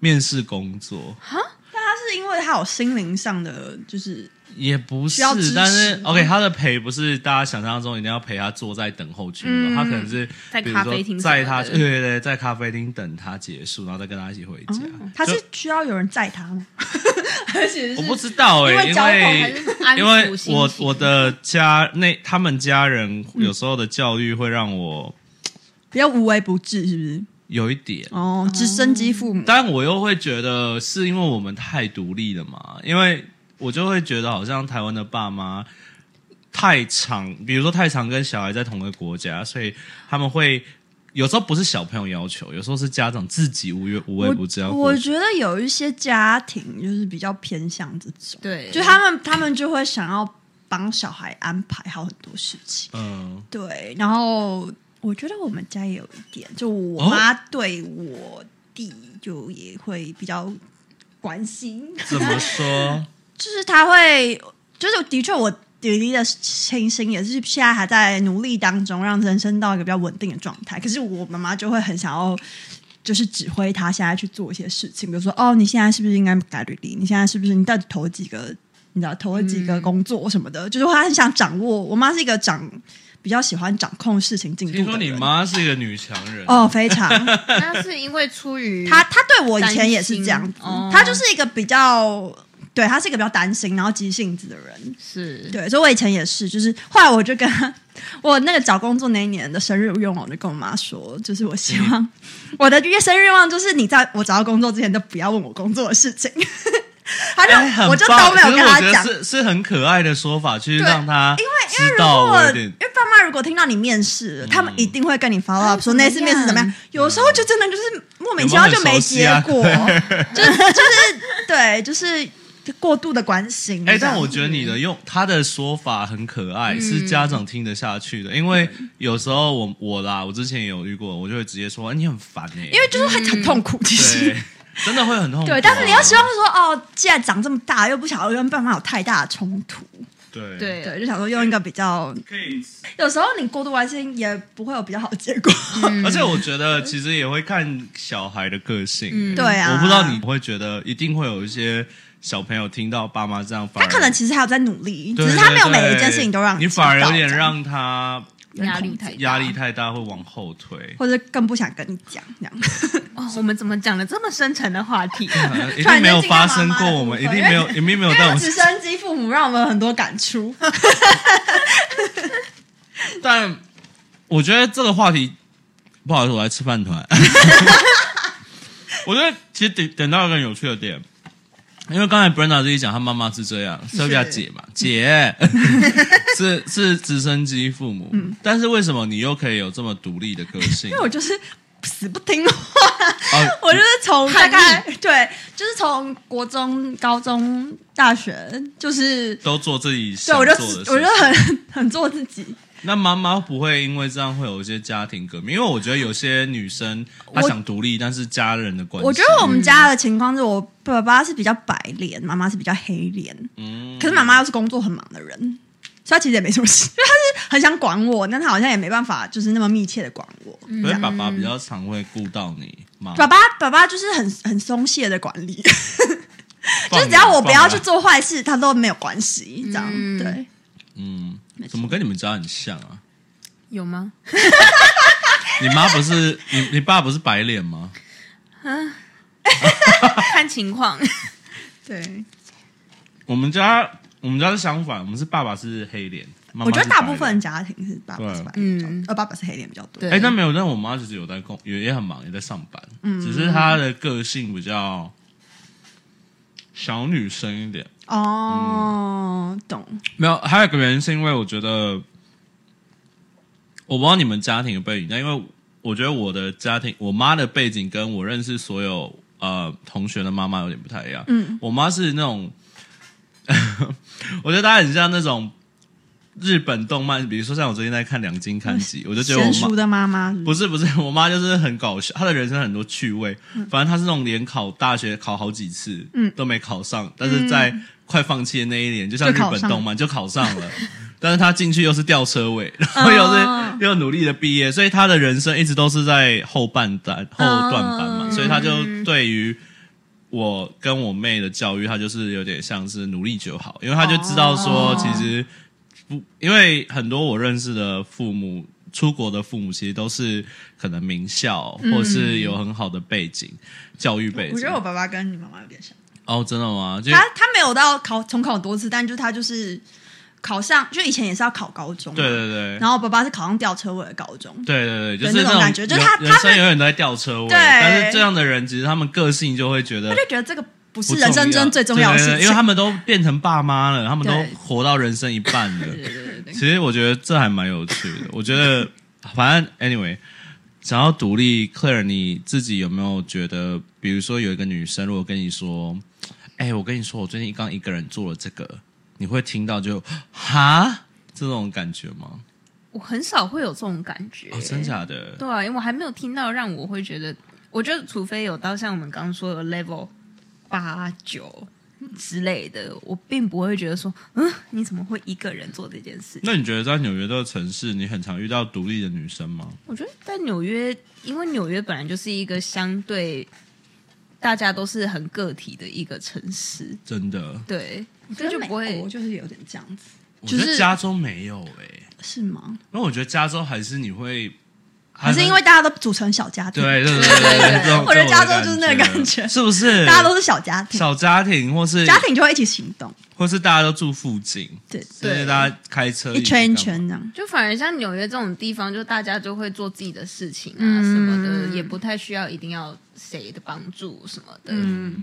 Speaker 1: 面试工作
Speaker 3: 但他是因为他有心灵上的，就是
Speaker 1: 也不是
Speaker 3: 需要支，持
Speaker 1: 但是 OK，他的陪不是大家想象中一定要陪他坐在等候区那种，
Speaker 2: 嗯
Speaker 1: 他可能是
Speaker 2: 在
Speaker 1: 比如
Speaker 2: 咖
Speaker 1: 说
Speaker 2: 啡厅什么
Speaker 1: 载
Speaker 2: 的
Speaker 1: 他，对对对，在咖啡厅等他结束，然后再跟他一起回家。
Speaker 3: 哦他
Speaker 1: 就是
Speaker 3: 需要有人载他吗？而且
Speaker 1: 我
Speaker 3: 是
Speaker 1: 不知道哎、
Speaker 3: 因为
Speaker 1: 因
Speaker 3: 交往还
Speaker 1: 为
Speaker 3: 是
Speaker 2: 哦安
Speaker 1: 因为
Speaker 2: 抚心
Speaker 1: 我
Speaker 2: 情
Speaker 1: 我的家那他们家人有时候的教育会让我
Speaker 3: 比较无微不至，是不是？
Speaker 1: 有一点，
Speaker 3: 哦，直升机父母，
Speaker 1: 但我又会觉得是因为我们太独立了嘛，因为我就会觉得好像台湾的爸妈太常，比如说太常跟小孩在同一个国家，所以他们会有时候不是小朋友要求，有时候是家长自己无缘无微不至要
Speaker 3: 我
Speaker 1: 过
Speaker 3: 我
Speaker 1: 去。
Speaker 3: 觉得有一些家庭就是比较偏向这种，
Speaker 2: 对，
Speaker 3: 就他们他们就会想要帮小孩安排好很多事情。
Speaker 1: 嗯，
Speaker 3: 对，然后我觉得我们家也有一点，就我
Speaker 1: 哦
Speaker 3: 妈对我弟就也会比较关心，
Speaker 1: 怎么说？
Speaker 3: 就是他会，就是的确我。弟弟的情形也是现在还在努力当中，让人生到一个比较稳定的状态。可是我妈妈就会很想要，就是指挥他现在去做一些事情，比如说哦，你现在是不是应该改履历？你现在是不是你到底投几个？你知道投了几个工作什么的？就是她很想掌握。我妈是一个掌比较喜欢掌控事情进度的
Speaker 1: 听
Speaker 3: 人。
Speaker 1: 说你妈是一个女强人，
Speaker 3: 哦，非常，
Speaker 2: 那是因为出于
Speaker 3: 他他对我以前也是这样子
Speaker 2: 担心哦，
Speaker 3: 他就是一个比较，对他是一个比较担心，然后急性子的人。
Speaker 2: 是
Speaker 3: 对，所以我以前也是，就是后来我就跟他，我那个找工作那一年的生日愿望，我就跟我妈说，就是我希
Speaker 1: 嗯
Speaker 3: 望 我的月生日愿望就是你在我找到工作之前都不要问我工作的事情。他就、
Speaker 1: 哎很
Speaker 3: 我就
Speaker 1: 棒
Speaker 3: 都没有跟
Speaker 1: 可
Speaker 3: 他
Speaker 1: 是我觉
Speaker 3: 讲
Speaker 1: 得，是是很可爱的说法，去
Speaker 3: 对
Speaker 1: 让他
Speaker 3: 因为因为
Speaker 1: 知
Speaker 3: 如
Speaker 1: 道
Speaker 3: 果
Speaker 1: 我有
Speaker 3: 因为
Speaker 1: 点嗯
Speaker 3: 爸妈如果听到你面试了，他们一定会跟你 follow
Speaker 2: 哎
Speaker 3: up 说
Speaker 2: 怎么
Speaker 3: 那次面试怎么样
Speaker 2: 样。
Speaker 3: 有时候就真的就是莫名其妙就没结
Speaker 1: 有
Speaker 3: 果，
Speaker 1: 啊
Speaker 3: 就是就是对，就是过度的关 心。
Speaker 1: 哎、
Speaker 3: 这样
Speaker 1: 但我觉得你
Speaker 3: 嗯
Speaker 1: 的用他的说法很可爱，是家长听得下去的。因为有时候我我啦，我之前也有遇过，我就会直接说、哎你很烦哎、
Speaker 3: 因为就是会很痛苦，其实
Speaker 1: 对。，真的会很痛苦啊、
Speaker 3: 对，但是你要希望说哦，既然长这么大，又不想要跟爸妈有太大的冲突，
Speaker 1: 对
Speaker 2: 对
Speaker 3: 对，就想说用一个比较，
Speaker 1: 可以。
Speaker 3: 有时候你过度关心也不会有比较好的结果，嗯
Speaker 1: 而且我觉得其实也会看小孩的个性、
Speaker 2: 嗯
Speaker 3: 对啊。
Speaker 1: 我不知道你会觉得一定会有一些小朋友听到爸妈这样，反 而
Speaker 3: 他可能其实还有在努力，
Speaker 1: 对
Speaker 3: 只是他没有
Speaker 1: 对
Speaker 3: 每
Speaker 1: 对
Speaker 3: 一件事情都让
Speaker 1: 你
Speaker 3: 知
Speaker 1: 反而有
Speaker 3: 道
Speaker 1: 点
Speaker 3: 这样啊
Speaker 1: 让他
Speaker 2: 压力太大
Speaker 1: 压力太大，会往后退。
Speaker 3: 或者更不想跟你讲这样。
Speaker 2: 哦，我们怎么讲了这么深沉的话 题？
Speaker 1: 呃一
Speaker 3: 突然
Speaker 1: 定
Speaker 3: 间
Speaker 1: 没有
Speaker 3: 进到
Speaker 1: 发
Speaker 3: 妈
Speaker 1: 生
Speaker 3: 妈的
Speaker 1: 过，
Speaker 3: 部
Speaker 1: 我们一
Speaker 3: 分
Speaker 1: 定
Speaker 3: 因为
Speaker 1: 没 有，一定没有这
Speaker 3: 因为
Speaker 1: 种
Speaker 3: 直升机父母让我们很多感触，
Speaker 1: 但我觉得这个话题，不好意思，我来吃饭 团。我觉得其实点点到一个很有趣的点，因为刚才 Brenda 自己讲，她妈妈是这样 s y l v i a 姐嘛， 姐是是直升机父母，但是为什么你又可以有这么独立的个性？
Speaker 3: 嗯因为我就是死不听话，
Speaker 1: 啊
Speaker 3: 我就是从大
Speaker 2: 叛逆
Speaker 3: 概对，就是从国中、高中、大学，就是
Speaker 1: 都做自己
Speaker 3: 对
Speaker 1: 想
Speaker 3: 我
Speaker 1: 做
Speaker 3: 就
Speaker 1: 的事情。
Speaker 3: 我就很很做自己，
Speaker 1: 那妈妈不会因为这样会有一些家庭革命，因为我觉得有些女生她
Speaker 3: 我
Speaker 1: 想独立，但是家人的关系，
Speaker 3: 我觉得我们家的情况是我爸爸是比较白脸，妈妈是比较黑脸，
Speaker 1: 嗯
Speaker 3: 可是妈妈又是工作很忙的人，所以她其实也没什么事，因为她是很想管我，但她好像也没办法就是那么密切的管我。
Speaker 1: 可是爸爸比较常会顾到你妈，
Speaker 3: 嗯爸爸爸爸就是很很松懈的管理，
Speaker 1: 哦
Speaker 3: 就
Speaker 1: 放养
Speaker 3: 是只要我不要
Speaker 1: 放
Speaker 3: 去，
Speaker 1: 养
Speaker 3: 做坏事，他都没有关系。这样、
Speaker 2: 嗯
Speaker 3: 对，
Speaker 1: 嗯，怎么跟你们家很像啊？
Speaker 2: 有吗？
Speaker 1: 你妈不是你你爸不是白脸吗？
Speaker 2: 看情况，
Speaker 3: 对，
Speaker 1: 我们家我们家是相反，我们是爸爸是黑脸，妈妈
Speaker 3: 我觉得
Speaker 1: 是白
Speaker 3: 大
Speaker 1: 脸
Speaker 3: 部分家庭是爸爸
Speaker 1: 对
Speaker 3: 是白脸比较多
Speaker 2: 嗯，
Speaker 3: 呃，爸爸是黑脸比较多。
Speaker 2: 对
Speaker 1: 哎，但没有，但我妈其实有在工，也也很忙，也在上班，
Speaker 3: 嗯
Speaker 1: 只是她的个性比较小女生一点。
Speaker 3: 哦，懂。
Speaker 1: 没有，还有一个原因是因为我觉得，我不知道你们家庭的背景，但因为我觉得我的家庭，我妈的背景跟我认识所有呃同学的妈妈有点不太一样。
Speaker 3: 嗯，
Speaker 1: 我妈是那种， 我觉得她很像那种日本动漫，比如说像我最近在看《两金刊集》，我就觉得我
Speaker 3: 娴
Speaker 1: 妈
Speaker 3: 熟的妈妈是不
Speaker 1: 不
Speaker 3: 是
Speaker 1: 是 不是，我妈就是很搞笑，她的人生很多趣味。反正她是那种连考大学考好几次，
Speaker 3: 嗯
Speaker 1: 都没考上，但是在快放弃的那一年，就像
Speaker 3: 就
Speaker 1: 日
Speaker 3: 考
Speaker 1: 本
Speaker 3: 上
Speaker 1: 动漫就考上 了。但是她进去又是吊车尾，然后又是、
Speaker 3: 哦
Speaker 1: 又努力的毕业，所以她的人生一直都是在后半段后段班嘛，
Speaker 3: 哦
Speaker 1: 所以她就对于我跟我妹的教育，她就是有点像是努力就好，因为她就知道说
Speaker 3: 哦
Speaker 1: 其实。不，因为很多我认识的父母，出国的父母其实都是可能名校，或是有很好的背景、教育背景。
Speaker 3: 嗯我觉得我爸爸跟你妈妈有点像，
Speaker 1: 哦，真的吗？就
Speaker 3: 他他没有到考重考多次，但就是他就是考上，就以前也是要考高中嘛，
Speaker 1: 对对对，
Speaker 3: 然后我爸爸是考上吊车尾的高中，
Speaker 1: 对对对，就
Speaker 3: 对
Speaker 1: 是
Speaker 3: 那种
Speaker 1: 种
Speaker 3: 感觉就是
Speaker 1: 人
Speaker 3: 他
Speaker 1: 人
Speaker 3: 他
Speaker 1: 生永远都在吊车尾。
Speaker 3: 对
Speaker 1: 但是这样的人，其实他们个性就会觉得
Speaker 3: 他就觉得这个不
Speaker 1: 不
Speaker 3: 是人生中最重要的事
Speaker 1: 对对
Speaker 3: 情，
Speaker 1: 对因为他们都变成爸妈了，他们都
Speaker 3: 对
Speaker 1: 活到人生一半 了。
Speaker 3: 对对对对
Speaker 1: 其实我觉得这还蛮有趣的。我觉 得反正 anyway，想要独立，Claire，你自己有没有觉得，比如说有一个女生如果跟你说，哎、我跟你说，我最近刚一个人做了这个，你会听到就哈这种感觉吗？
Speaker 2: 我很少会有这种感觉，
Speaker 1: 哦，真假的？
Speaker 2: 对啊，因为我还没有听到让我会觉得，我觉得除非有到像我们刚刚说的 level 八九之类的，我并不会觉得说，嗯，你怎么会一个人做这件事？
Speaker 1: 那你觉得在纽约这个城市，你很常遇到独立的女生吗？
Speaker 2: 我觉得在纽约，因为纽约本来就是一个相对大家都是很个体的一个城市，
Speaker 1: 真的，
Speaker 2: 对， 这就不
Speaker 3: 美
Speaker 2: 会
Speaker 3: 国就是有点这样子，
Speaker 1: 我
Speaker 3: 就
Speaker 1: 觉得
Speaker 3: 是
Speaker 1: 加州没有诶、
Speaker 3: 是吗？
Speaker 1: 因为我觉得加州还是你会，
Speaker 3: 还是因为大家都组成小家庭，
Speaker 1: 对对对对对，这种
Speaker 3: 我觉得加州
Speaker 1: 这种
Speaker 3: 就是那个感觉
Speaker 1: 是不是？
Speaker 3: 大家都是 小家庭，
Speaker 1: 小家庭，或是
Speaker 3: 家庭就会一起行动，
Speaker 1: 或是大家都住附近，
Speaker 3: 对，
Speaker 1: 就是大家开车
Speaker 3: 一圈一
Speaker 1: 起干嘛
Speaker 3: 圈这样。
Speaker 2: 就反而像纽约这种地方，就大家就会做自己的事情啊
Speaker 3: 嗯
Speaker 2: 什么的，也不太需要一定要谁的帮助什么的。
Speaker 3: 嗯，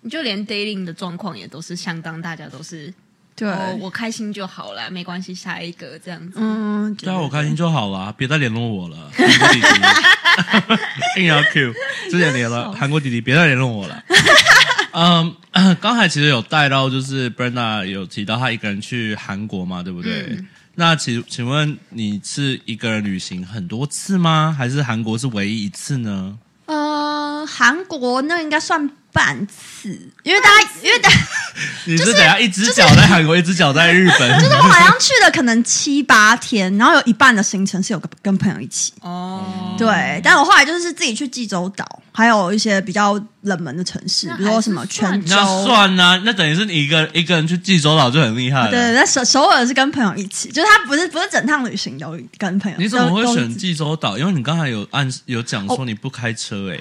Speaker 2: 你就连 dating 的状况也都是相当，大家都是
Speaker 3: 对，
Speaker 2: 哦，我开心就好啦，没关系，下一个这样子。
Speaker 3: 嗯，
Speaker 1: 对啊，我开心就好啦，别再联络我 了，韩国弟弟， 硬要 Q，之前联了韩国弟弟，别再联络我 了。嗯， 刚才其实有带到，就是 Brenda 有提到她一个人去韩国嘛，对不对？
Speaker 3: 嗯
Speaker 1: 那请请问你是一个人旅行很多次吗？还是韩国是唯一一次呢？
Speaker 3: 呃，韩国那应该算半次， 因为大家因为大
Speaker 1: 你是等下一只脚在韩国，一只脚在日本，
Speaker 3: 就是我好像去了可能七八天，然后有一半的行程是有跟跟朋友一起。
Speaker 2: 哦，
Speaker 3: 对，但我后来就是自己去济州岛，还有一些比较冷门的城市
Speaker 2: 那，还
Speaker 3: 比如说什么
Speaker 2: 是
Speaker 3: 泉
Speaker 2: 算
Speaker 3: 州
Speaker 1: 那。算啦、那等于是你一个一个人去济州岛就很厉害了。
Speaker 3: 对对，对首首尔是跟朋友一起，就是他不是不是整趟旅行都跟朋友。
Speaker 1: 你怎么
Speaker 3: 都
Speaker 1: 会
Speaker 3: 都是
Speaker 1: 选
Speaker 3: 自己
Speaker 1: 济州岛？因为你刚才有按有讲
Speaker 3: 哦
Speaker 1: 说你不开车、欸，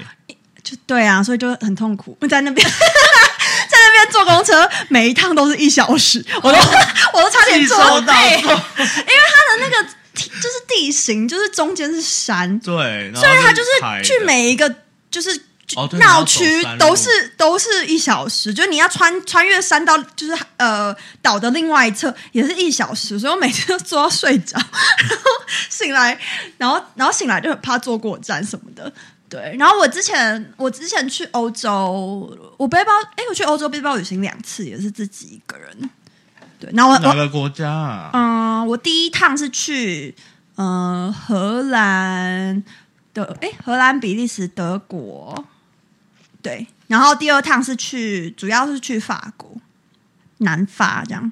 Speaker 3: 就对啊，所以就很痛苦， 在那边在那边坐公车，每一趟都是一小时，我都、 我都差点
Speaker 1: 哦济州
Speaker 3: 坐
Speaker 1: 岛
Speaker 3: 废，因为它的那个地就是地形，就是中间是山，
Speaker 1: 对，
Speaker 3: 所以它
Speaker 1: 他
Speaker 3: 就是去每一个就是。
Speaker 1: 哦对然后
Speaker 3: 闹
Speaker 1: 走
Speaker 3: 区
Speaker 1: 山路
Speaker 3: 都是都是一小时，就是你要穿穿越山到就是呃岛的另外一侧也是一小时，所以我每次都坐到睡着，然后醒来，然后 然后醒来就很怕坐过站什么的。对，然后我之前我之前去欧洲，我背包哎，我去欧洲背包旅行两次，也是自己一个人。对，然后我
Speaker 1: 哪
Speaker 3: 我
Speaker 1: 个国家啊？
Speaker 3: 嗯、我第一趟是去呃荷兰的，哎，荷兰、比利时、德国，对，然后第二趟是去，主要是去法国，南法这样。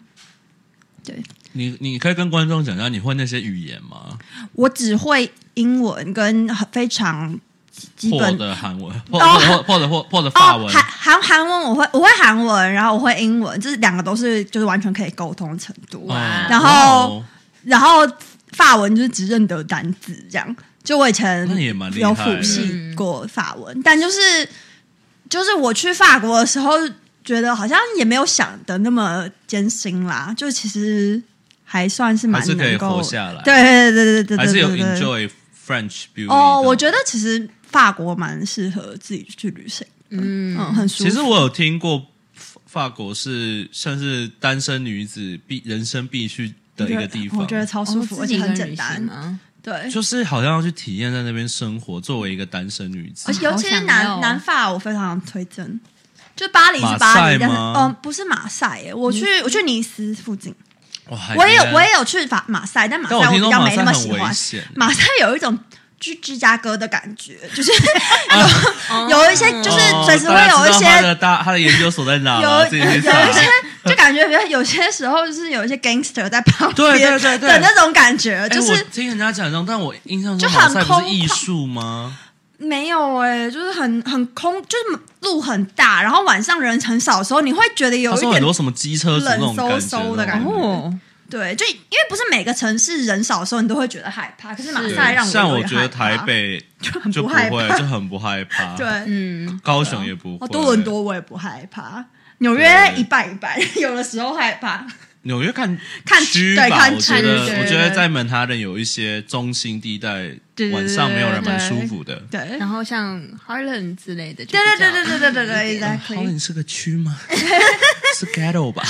Speaker 3: 对
Speaker 1: 你你可以跟观众讲一下，你会那些语言吗？
Speaker 3: 我只会英文跟很非常基基
Speaker 1: 破
Speaker 3: 本
Speaker 1: 的韩文，破破破的破破的法
Speaker 3: 哦，
Speaker 1: 文，
Speaker 3: 韩韩韩文我会我会韩文，然后我会英文，这两个都是就是完全可以沟通的程度。
Speaker 1: 嗯
Speaker 3: 然后
Speaker 1: 哦
Speaker 3: 然后法文就是只认得单字，这样。就我以前
Speaker 1: 那也蛮厉害
Speaker 3: 有复习过法文，但就是就是我去法国的时候，觉得好像也没有想的那么艰辛啦，就其实还算是蛮
Speaker 1: 还是可以
Speaker 3: 能够
Speaker 1: 活下来
Speaker 3: 对对对对对对对对，
Speaker 1: 还是有
Speaker 3: 对对
Speaker 1: enjoy French beauty
Speaker 3: 哦，
Speaker 1: 的
Speaker 3: 我觉得其实法国蛮适合自己去旅行，
Speaker 2: 嗯
Speaker 3: 嗯，很舒
Speaker 1: 其
Speaker 3: 服。
Speaker 1: 实我有听过法法国是算是单身女子必人生必去的一个地方，
Speaker 3: 我觉得超舒
Speaker 2: 哦
Speaker 3: 服，而且很简单。
Speaker 2: 啊，
Speaker 3: 对，
Speaker 1: 就是好像要去体验在那边生活，作为一个单身女子
Speaker 3: 而。且尤其
Speaker 2: 好想
Speaker 3: 是
Speaker 2: 要
Speaker 3: 南
Speaker 2: 哦
Speaker 3: 南法，我非常推荐。就巴黎是
Speaker 1: 马
Speaker 3: 巴
Speaker 1: 赛
Speaker 3: 黎，但是
Speaker 1: 吗
Speaker 3: 嗯、不是马赛
Speaker 2: 嗯
Speaker 3: 耶。我去我去尼斯附近，
Speaker 1: 哇海
Speaker 3: 我也有
Speaker 1: 边
Speaker 3: 我也有去法马赛，但马赛
Speaker 1: 哎但我听
Speaker 3: 比
Speaker 1: 说
Speaker 3: 较
Speaker 1: 马
Speaker 3: 没
Speaker 1: 赛
Speaker 3: 那么
Speaker 1: 很
Speaker 3: 喜
Speaker 1: 危
Speaker 3: 欢。
Speaker 1: 险，
Speaker 3: 马赛有一种去芝加哥的感觉， 就是
Speaker 2: 哦
Speaker 3: 有一些就是随时会有一
Speaker 1: 哦大家
Speaker 3: 些
Speaker 1: 知道他的大他的研究所在哪
Speaker 3: 有
Speaker 1: 了，自己
Speaker 3: 有
Speaker 1: 去
Speaker 3: 一
Speaker 1: 查
Speaker 3: 些就感觉，比如有些时候就是有一些 gangster 在旁边
Speaker 1: 对对对对
Speaker 3: 的那种感觉，
Speaker 1: 哎
Speaker 3: 就
Speaker 1: 我
Speaker 3: 是
Speaker 1: 听人家讲这样，但我印象中
Speaker 3: 就
Speaker 1: 马
Speaker 3: 很
Speaker 1: 赛不
Speaker 3: 空
Speaker 1: 是艺术吗？
Speaker 3: 没有哎、就是很很空，就是路很大，然后晚上人很少的时候，你会觉得有
Speaker 1: 他
Speaker 3: 一
Speaker 1: 说
Speaker 3: 点
Speaker 1: 很多什么机车族那种感觉，
Speaker 3: 冷飕飕的感觉
Speaker 1: 那种
Speaker 2: 哦，
Speaker 3: 对，就因为不是每个城市人少的时候，你都会觉得害怕。可是马
Speaker 1: 对
Speaker 3: 赛哦让
Speaker 1: 像
Speaker 3: 我
Speaker 1: 我
Speaker 3: 有
Speaker 1: 觉
Speaker 3: 点
Speaker 1: 得
Speaker 3: 害
Speaker 1: 台
Speaker 3: 怕
Speaker 1: 北啊
Speaker 3: 就很
Speaker 1: 就
Speaker 3: 不
Speaker 1: 不
Speaker 3: 害
Speaker 1: 会，
Speaker 3: 怕，
Speaker 1: 就很不害怕，
Speaker 3: 对，，
Speaker 2: 嗯，
Speaker 1: 高雄也不会，
Speaker 3: 哦，多伦多我也不害怕，纽约一半一半， 有的时候害怕。
Speaker 1: 纽约看
Speaker 3: 看
Speaker 1: 区
Speaker 3: 对
Speaker 1: 吧，
Speaker 3: 看
Speaker 1: 我觉得
Speaker 3: 区对
Speaker 1: 我觉得
Speaker 3: 对
Speaker 1: 在曼哈顿有一些中心地带
Speaker 3: 对，对
Speaker 1: 晚上没有人蛮
Speaker 3: 对
Speaker 1: 舒服的。
Speaker 3: 对，对
Speaker 2: 然后像 Harlem 之类的就比较，
Speaker 3: 对对对对对对
Speaker 1: 嗯好，
Speaker 3: ，exactly。
Speaker 1: 你是个区 吗？是 ghetto 吧？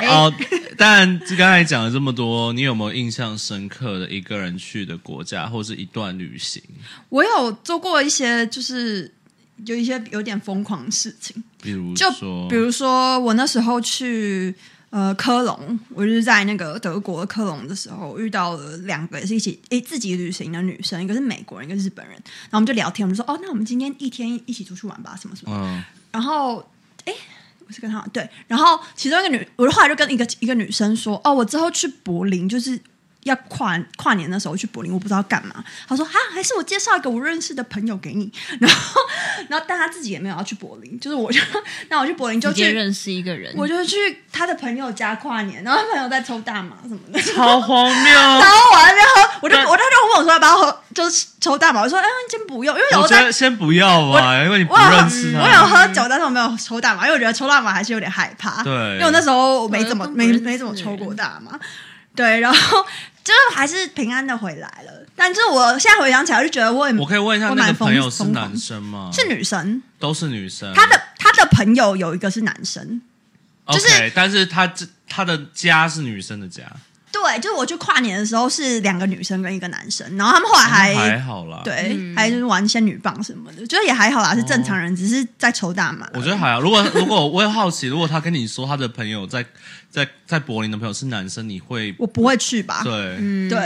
Speaker 3: 哎
Speaker 1: 哦，但刚才讲了这么多，你有没有印象深刻的一个人去的国家，或是一段旅行？
Speaker 3: 我有做过一些就是有一些有点疯狂的事情。
Speaker 1: 比如
Speaker 3: 就
Speaker 1: 说，
Speaker 3: 比如说，我那时候去呃科隆，我就是在那个德国科隆的时候遇到了两个也是一起诶自己旅行的女生，一个是美国人，一个是日本人。然后我们就聊天，我们就说哦，那我们今天一天一起出去玩吧，什么什么。
Speaker 1: 嗯，
Speaker 3: 然后诶，我是跟他对，然后其中一个女，我后来就跟一个一个女生说，哦，我之后去柏林就是。要跨跨年的时候去柏林，我不知道干嘛。她说：“哈，还是我介绍一个我认识的朋友给你。” 然后，然后但她自己也没有要去柏林，就是我就那我去柏林就
Speaker 2: 直接
Speaker 3: 去
Speaker 2: 认识一个人，
Speaker 3: 我就去他的朋友家跨年，然后他朋友在抽大麻什么 的，
Speaker 1: 好荒 谬
Speaker 3: 然。后我还没喝，我就
Speaker 1: 那
Speaker 3: 我就就问我说要不要喝，就是抽大麻，我说哎，先不用，因为
Speaker 1: 我
Speaker 3: 有
Speaker 1: 觉
Speaker 3: 在
Speaker 1: 得先不要吧，因为你不
Speaker 3: 我有
Speaker 1: 认识
Speaker 3: 喝我有
Speaker 1: 他。
Speaker 3: 喝酒，但是我没有抽大麻，因为我觉得抽大麻还是有点害怕，
Speaker 1: 对
Speaker 3: 因为我那时候我没怎么
Speaker 2: 我都不
Speaker 3: 没
Speaker 2: 认识嗯
Speaker 3: 没怎么抽过大麻，对，然后就是还是平安的回来了，但就是我现在回想起来就觉得我也
Speaker 1: 我可以问一下
Speaker 3: 我
Speaker 1: 那
Speaker 3: 蛮
Speaker 1: 个
Speaker 3: 疯
Speaker 1: 朋友是
Speaker 3: 疯狂
Speaker 1: 男生吗？
Speaker 3: 是女生，
Speaker 1: 都是女生。
Speaker 3: 他的他的朋友有一个是男生，就是
Speaker 1: OK，但是他这他的家是女生的家，
Speaker 3: 对，就是我去跨年的时候是两个女生跟一个男生，然后他们后来
Speaker 1: 还
Speaker 3: 还
Speaker 1: 好啦。，
Speaker 3: 对，
Speaker 2: 嗯
Speaker 3: 还有就是玩仙女棒什么的，觉得也还好啦，是正常人，只是在抽大麻。
Speaker 1: 哦我觉得还好。如果 如果我也好奇，如果他跟你说他的朋友在在在柏林的朋友是男生，你会
Speaker 3: 我不会去吧？
Speaker 1: 对？
Speaker 2: 嗯
Speaker 3: 对，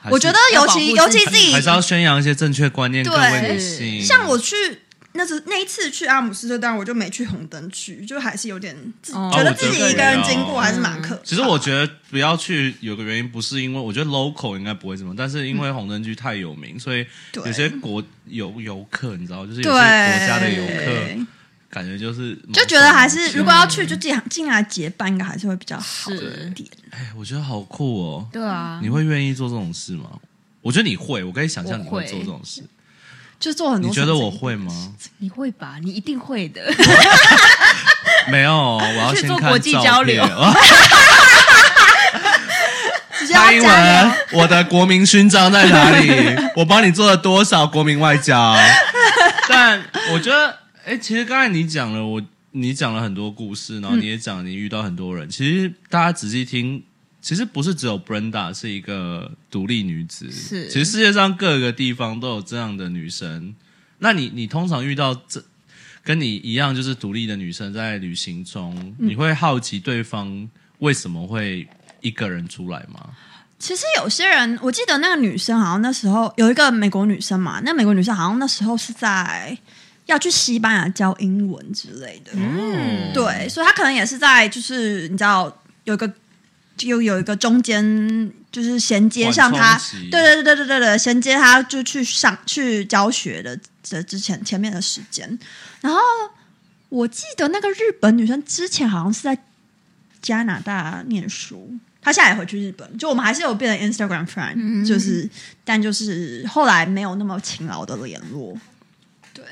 Speaker 1: 还是
Speaker 3: 我觉得尤其
Speaker 2: 要保
Speaker 3: 尤
Speaker 2: 护自己
Speaker 3: 其自己
Speaker 1: 还是要宣扬一些正确观念，
Speaker 3: 对
Speaker 1: 各位女性。
Speaker 3: 像我去。那次那一次去阿姆斯特丹，我就没去红灯区，就还是有点自、
Speaker 2: 哦
Speaker 3: 觉得自己一个人经
Speaker 1: 哦
Speaker 3: 过还是蛮可怕。
Speaker 1: 其实我觉得不要去，有个原因不是因为我觉得 local 应该不会怎么，但是因为红灯区太有名，所以
Speaker 3: 嗯对
Speaker 1: 有些国游游客，你知道，就是有
Speaker 3: 对
Speaker 1: 些国家的游客，感觉就是
Speaker 3: 就觉得还是如果要去就进进来结伴，应该嗯还是会比较好
Speaker 2: 是
Speaker 3: 一点。
Speaker 1: 哎，我觉得好酷哦！
Speaker 2: 对啊
Speaker 1: 你，会愿意做这种事吗？我觉得你会，我可以想象你
Speaker 2: 我
Speaker 1: 会
Speaker 2: 会
Speaker 1: 做这种事。
Speaker 3: 就做很多。
Speaker 1: 你觉得我？会吗？
Speaker 2: 你会吧？你一定会 的。
Speaker 1: 没有，我要
Speaker 2: 去
Speaker 1: 先
Speaker 2: 做
Speaker 1: 看
Speaker 2: 国际
Speaker 1: 照
Speaker 2: 交流
Speaker 1: 片哇
Speaker 3: 直接要
Speaker 1: 蔡英
Speaker 3: 加油
Speaker 1: 文！，我的国民勋章在哪里？ 我帮你做了多少国民外 交？但我觉得，哎、其实刚才你讲了我，你讲了很多故事，然后你也讲了你遇到很多人。其实大家仔细听，其实不是只有 Brenda 是一个独立女子，
Speaker 2: 是
Speaker 1: 其实世界上各个地方都有这样的女生。那你你通常遇到这跟你一样就是独立的女生在旅行中，
Speaker 3: 嗯
Speaker 1: 你会好奇对方为什么会一个人出来吗？
Speaker 3: 其实有些人，我记得那个女生好像那时候有一个美国女生嘛，那美国女生好像那时候是在要去西班牙教英文之类的，
Speaker 1: 嗯，
Speaker 3: 对，所以她可能也是在就是你知道有一个有有一个中间就是衔接上她
Speaker 1: 缓冲期，
Speaker 3: 对对对对对对，衔接她就去上去教学的这之前前面的时间，然后我记得那个日本女生之前好像是在加拿大念书，她现在也回去日本。就我们还是有变成 Instagram friend，、就是但就是后来没有那么勤劳的联络。对，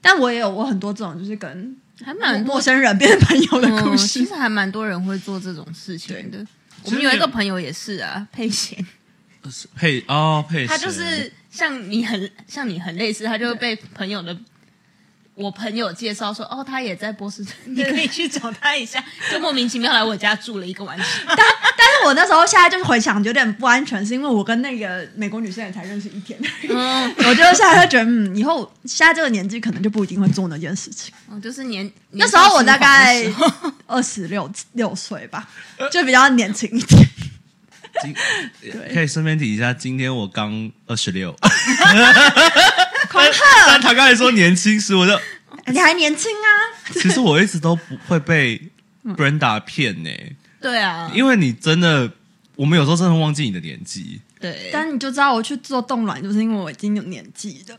Speaker 3: 但我也有我很多这种就是跟
Speaker 2: 还蛮多
Speaker 3: 陌生人变成朋友的故
Speaker 2: 嗯，
Speaker 3: 事。
Speaker 2: 其实还蛮多人会做这种事情的。我们有一个朋友也是啊，佩贤，
Speaker 1: 配哦配谁，
Speaker 2: 他就是像你很像你很类似，他就会被朋友的我朋友介绍说，哦，他也在波士顿，你可以去找他一下，就莫名其妙来我家住了一个晚上。
Speaker 3: 但是我那时候现在就是回想有点不安全，是因为我跟那个美国女生也才认识一天，
Speaker 2: 嗯，
Speaker 3: 我就现在就觉得，嗯，以后现在这个年纪可能就不一定会做那件事情。
Speaker 2: 哦就是年
Speaker 3: 那时候我大概
Speaker 2: 年少轻狂的时候
Speaker 3: 二十六六岁吧，就比较年轻一点。
Speaker 1: 今可以顺便提一下，今天我刚二十六，
Speaker 3: 恐吓，
Speaker 1: 但他刚才说年轻时，我就
Speaker 3: 你还年轻啊！
Speaker 1: 其实我一直都不会被 Brenda 骗呢、
Speaker 2: 对啊，
Speaker 1: 因为你真的，我们有时候真的会忘记你的年纪。
Speaker 2: 对，
Speaker 3: 但你就知道我去做冻卵，就是因为我已经有年纪了，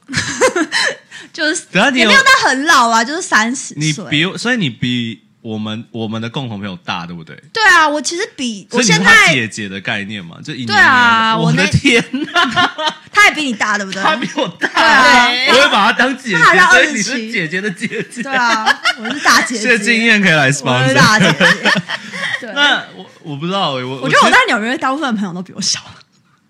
Speaker 3: 就是
Speaker 1: 等下你
Speaker 3: 也
Speaker 1: 有
Speaker 3: 没有到很老啊，就是三十
Speaker 1: 你
Speaker 3: 岁。
Speaker 1: 比我，所以你比我们我们的共同朋友大，对不对？
Speaker 3: 对啊，我其实比
Speaker 1: 所
Speaker 3: 我
Speaker 1: 以你是
Speaker 3: 现
Speaker 1: 他
Speaker 3: 在
Speaker 1: 姐姐的概念嘛，就一年
Speaker 3: 对
Speaker 1: 年
Speaker 3: 啊
Speaker 1: 的我
Speaker 3: 我
Speaker 1: 的
Speaker 3: 那
Speaker 1: 天哪，
Speaker 3: 他也比你大，对不对？
Speaker 1: 他比我
Speaker 3: 对
Speaker 1: 大，
Speaker 3: 啊，
Speaker 2: 对
Speaker 1: 我会把她当姐姐，
Speaker 3: 她还在
Speaker 1: 所以
Speaker 3: 27
Speaker 1: 你是姐姐的姐姐。
Speaker 3: 对啊，我是大姐
Speaker 1: 谢金
Speaker 3: 姐，
Speaker 1: 燕可以来
Speaker 3: 我
Speaker 1: sponsor
Speaker 3: 是。大姐姐。对，
Speaker 1: 那我我不知道欸，我
Speaker 3: 我觉得
Speaker 1: 其
Speaker 3: 我
Speaker 1: 实
Speaker 3: 在纽约大部分的朋友都比我小。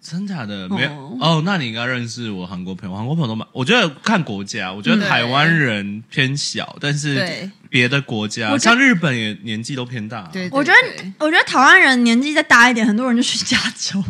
Speaker 1: 真假的没有
Speaker 3: 哦
Speaker 1: 哦，那你应该认识我韩国朋友，韩国朋友都蛮，我觉得看国家，我觉得
Speaker 2: 嗯
Speaker 1: 台湾人偏小，但是
Speaker 2: 对
Speaker 1: 别的国家
Speaker 3: 我觉得
Speaker 1: 像日本也年纪都偏大，
Speaker 2: 对
Speaker 3: 我觉
Speaker 2: 对
Speaker 3: 得，我觉得台湾人年纪再大一点，很多人就去加州。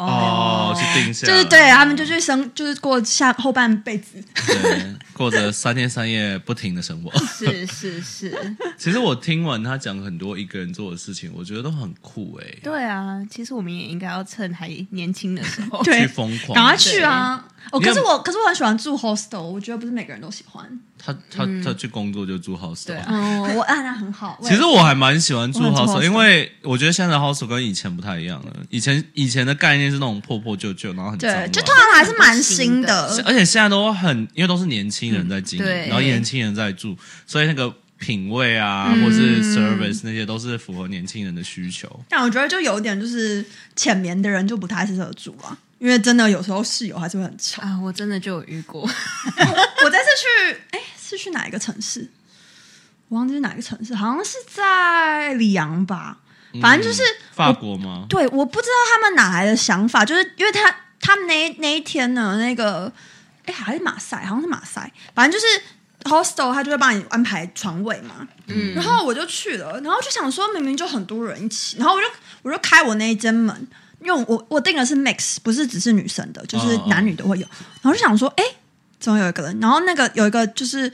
Speaker 1: 哦，去定下，
Speaker 3: 啊就是对他们就去生，就是过下后半辈子。
Speaker 1: 对，过着三天三夜不停的生活。
Speaker 2: 是是 是，
Speaker 1: 其实我听完他讲很多一个人做的事情，我觉得都很酷哎、
Speaker 2: 对啊，其实我们也应该要趁还年轻的时候，
Speaker 3: 对
Speaker 1: 去疯狂，
Speaker 3: 赶快去啊！哦，
Speaker 1: 你有
Speaker 3: 可是我，可是我很喜欢住 hostel，我觉得不是每个人都喜欢。
Speaker 1: 他他他去工作就住 house，
Speaker 2: 对啊
Speaker 3: 哦， 我嗯啊，那很好。
Speaker 1: 其实我还蛮喜欢住
Speaker 3: 我很喜欢
Speaker 1: house，
Speaker 3: hostel
Speaker 1: 因为我觉得现在的 house 跟以前不太一样了。以前以前的概念是那种破破旧旧，然后很脏
Speaker 3: 对
Speaker 1: 乱，
Speaker 3: 就通常还是蛮新
Speaker 1: 是
Speaker 3: 的。
Speaker 1: 而且现在都很，因为都是年轻人在经营，
Speaker 2: 嗯对
Speaker 1: 然后年轻人在住，所以那个品味啊，
Speaker 3: 嗯
Speaker 1: 或是 service 那些都是符合年轻人的需求。
Speaker 3: 但我觉得就有一点就是浅眠的人就不太适合住啊，因为真的有时候室友还是会很吵。
Speaker 2: 啊，我真的就有遇过，
Speaker 3: 我这次去，哎，是去哪一个城市？我忘记是哪个城市，好像是在里昂吧。反正就是
Speaker 1: 嗯法国吗？
Speaker 3: 对，我不知道他们哪来的想法，就是因为他他们那那一天呢，那个哎还是马赛，好像是马赛，反正就是 hostel 他就会帮你安排床位嘛。
Speaker 2: 嗯
Speaker 3: 然后我就去了，然后就想说明明就很多人一起，然后我就我就开我那一间门，因为我我订的是 mix，不是只是女生的，就是
Speaker 1: 嗯嗯
Speaker 3: 男女都会有。然后就想说，哎，总有一个人，然后那个有一个就是。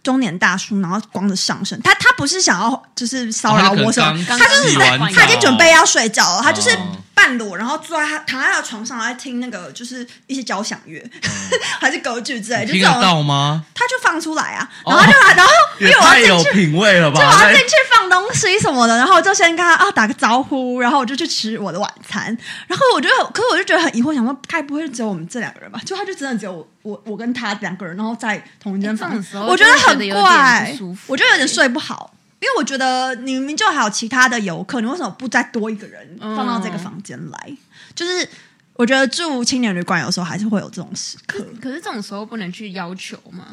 Speaker 3: 中年大叔，然后光着上身，他他不是想要就是骚扰我什么，
Speaker 1: 哦
Speaker 2: 刚
Speaker 3: 他就是
Speaker 1: 洗
Speaker 3: 在
Speaker 1: 完
Speaker 3: 他已经
Speaker 1: 澡
Speaker 3: 准备要睡觉了，他就是
Speaker 1: 哦
Speaker 3: 半裸，然后坐在他躺在他的床上，然后在听那个就是一些交响乐， 还是歌剧之类，就
Speaker 1: 哦听
Speaker 3: 这
Speaker 1: 得
Speaker 3: 种，
Speaker 1: 到吗？
Speaker 3: 他就放出来啊，然后就然后因
Speaker 1: 也
Speaker 3: 为我要
Speaker 1: 太
Speaker 3: 进
Speaker 1: 有
Speaker 3: 去。
Speaker 1: 品味了吧！
Speaker 3: 就我要
Speaker 1: 在
Speaker 3: 进去放东西什么的，然后我就先跟他啊打个招呼，然后我就去吃我的晚餐。然后我就，可是我就觉得很疑惑，想说该不会只有我们这两个人吧？ 就他就真的只有我我我跟他两个人，然后在同一间
Speaker 2: 哎这
Speaker 3: 房
Speaker 2: 种时候
Speaker 3: 我觉得
Speaker 2: 就会觉得
Speaker 3: 很
Speaker 2: 有点
Speaker 3: 怪
Speaker 2: 不舒服，
Speaker 3: 我就有点睡不好，因为我觉得你明明就还有其他的游客，你为什么不再多一个人
Speaker 2: 嗯
Speaker 3: 放到这个房间来？就是我觉得住青年旅馆有时候还是会有这种时刻，
Speaker 2: 可是这种时候不能去要求嘛，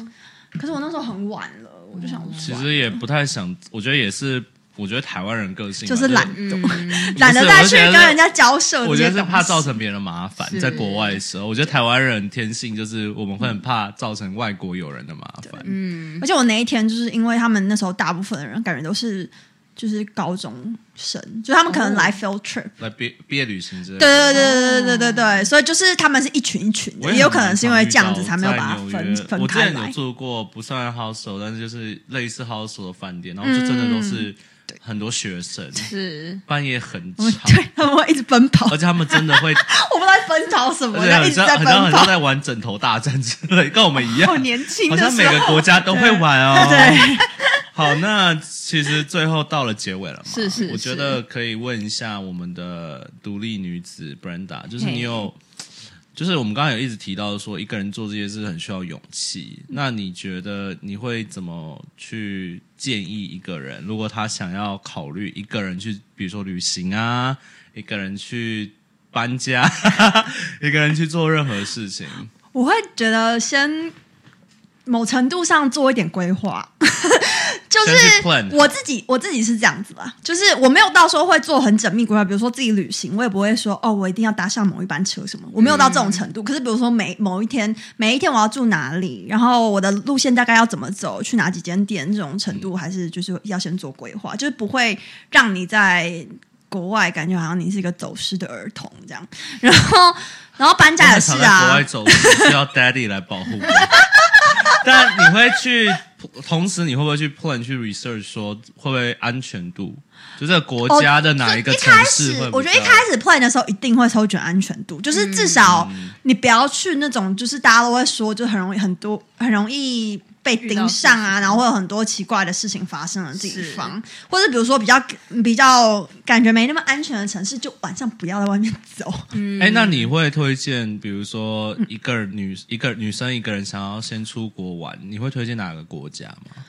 Speaker 3: 可是我那时候很晚了，我就想说
Speaker 1: 其实也不太想，我觉得也是，我觉得台湾人个性吧
Speaker 3: 就是懒。惰。
Speaker 2: 嗯，
Speaker 3: 懒得
Speaker 1: 不是
Speaker 3: 再
Speaker 1: 我
Speaker 3: 去
Speaker 1: 觉得
Speaker 3: 跟人家交涉这
Speaker 1: 我
Speaker 3: 些
Speaker 1: 觉
Speaker 3: 东西，
Speaker 1: 得是怕造成别人的麻烦，
Speaker 2: 是
Speaker 1: 在国外的时候，我觉得台湾人天性就是我们会很怕造成外国友人的麻烦。
Speaker 3: 嗯
Speaker 2: 嗯
Speaker 3: 而且我那一天就是因为他们那时候大部分的人感觉都是就是高中生，就他们可能来 field trip，、
Speaker 1: 来毕毕业旅行之类的，
Speaker 3: 对对对对对对对对，所以就是他们是一群一群
Speaker 1: 我
Speaker 3: 的，也有可能
Speaker 1: 很
Speaker 3: 是因为
Speaker 1: 常遇
Speaker 3: 这样子
Speaker 1: 到
Speaker 3: 才没有
Speaker 1: 在
Speaker 3: 把它
Speaker 1: 纽
Speaker 3: 分
Speaker 1: 约
Speaker 3: 分
Speaker 1: 我之
Speaker 3: 开
Speaker 1: 前
Speaker 3: 来
Speaker 1: 有。住过不算 hostel，但是就是类似 hostel 的饭店，然后就真
Speaker 3: 嗯
Speaker 1: 的都是很多学生，
Speaker 2: 是
Speaker 1: 半夜很
Speaker 3: 我们
Speaker 1: 吵，
Speaker 3: 对，他们会一直奔跑，
Speaker 1: 而且他们真的会，
Speaker 3: 我们在奔跑什么，
Speaker 1: 而且
Speaker 3: 然后一
Speaker 1: 很
Speaker 3: 直
Speaker 1: 像
Speaker 3: 在
Speaker 1: 很
Speaker 3: 奔
Speaker 1: 像很像
Speaker 3: 跑。
Speaker 1: 在玩枕头大战之类，跟我们一样。
Speaker 2: 哦
Speaker 3: 好年轻
Speaker 1: 好
Speaker 3: 的时候，
Speaker 1: 像每个国家都会玩哦。
Speaker 3: 对，
Speaker 1: 好，那其实最后到了结尾了嘛，
Speaker 2: 是是
Speaker 1: 我觉得可以问一下我们的独立女子 Brenda，就是你有，就是我们刚刚有一直提到说一个人做这些事很需要勇气，
Speaker 3: 嗯
Speaker 1: 那你觉得你会怎么去建议一个人，如果他想要考虑一个人去，比如说旅行啊，一个人去搬家， 一个人去做任何事情，
Speaker 3: 我会觉得先某程度上做一点规划， 就
Speaker 1: 先
Speaker 3: 是
Speaker 1: 去 plan
Speaker 3: 我自己我自己是这样子啦，就是我没有到时候会做很缜密规划，比如说自己旅行，我也不会说哦，我一定要搭上某一班车什么，我没有到这种程
Speaker 1: 嗯
Speaker 3: 度。可是比如说每某一天每一天我要住哪里，然后我的路线大概要怎么走，去哪几间店这种程
Speaker 1: 嗯
Speaker 3: 度，还是就是要先做规划，就是不会让你在。国外感觉好像你是一个走失的儿童这样，然后然后搬家也是
Speaker 1: 通常在
Speaker 3: 啊，
Speaker 1: 国外走是要 daddy 来保护。但你会去，同时你会不会去 plan 去 research 说会不会安全度，就这个国家的哪一个
Speaker 3: 一
Speaker 1: 城
Speaker 3: 开
Speaker 1: 市
Speaker 3: 始
Speaker 1: 会比较？
Speaker 3: 我觉得一开始 plan 的时候一定会抽选安全度，
Speaker 2: 嗯
Speaker 3: 就是至少你不要去那种，就是大家都会说，就很容易很多很容易被盯
Speaker 2: 遇
Speaker 3: 上
Speaker 2: 到事
Speaker 3: 啊，
Speaker 2: 情
Speaker 3: 然后会有很多奇怪的事情发生的地
Speaker 2: 是
Speaker 3: 方，或者比如说比较比较感觉没那么安全的城市，就晚上不要在外面走。
Speaker 2: 嗯
Speaker 1: 哎、那你会推荐，比如说一个女、一个女生一个人想要先出国玩，你会推荐哪个国家吗？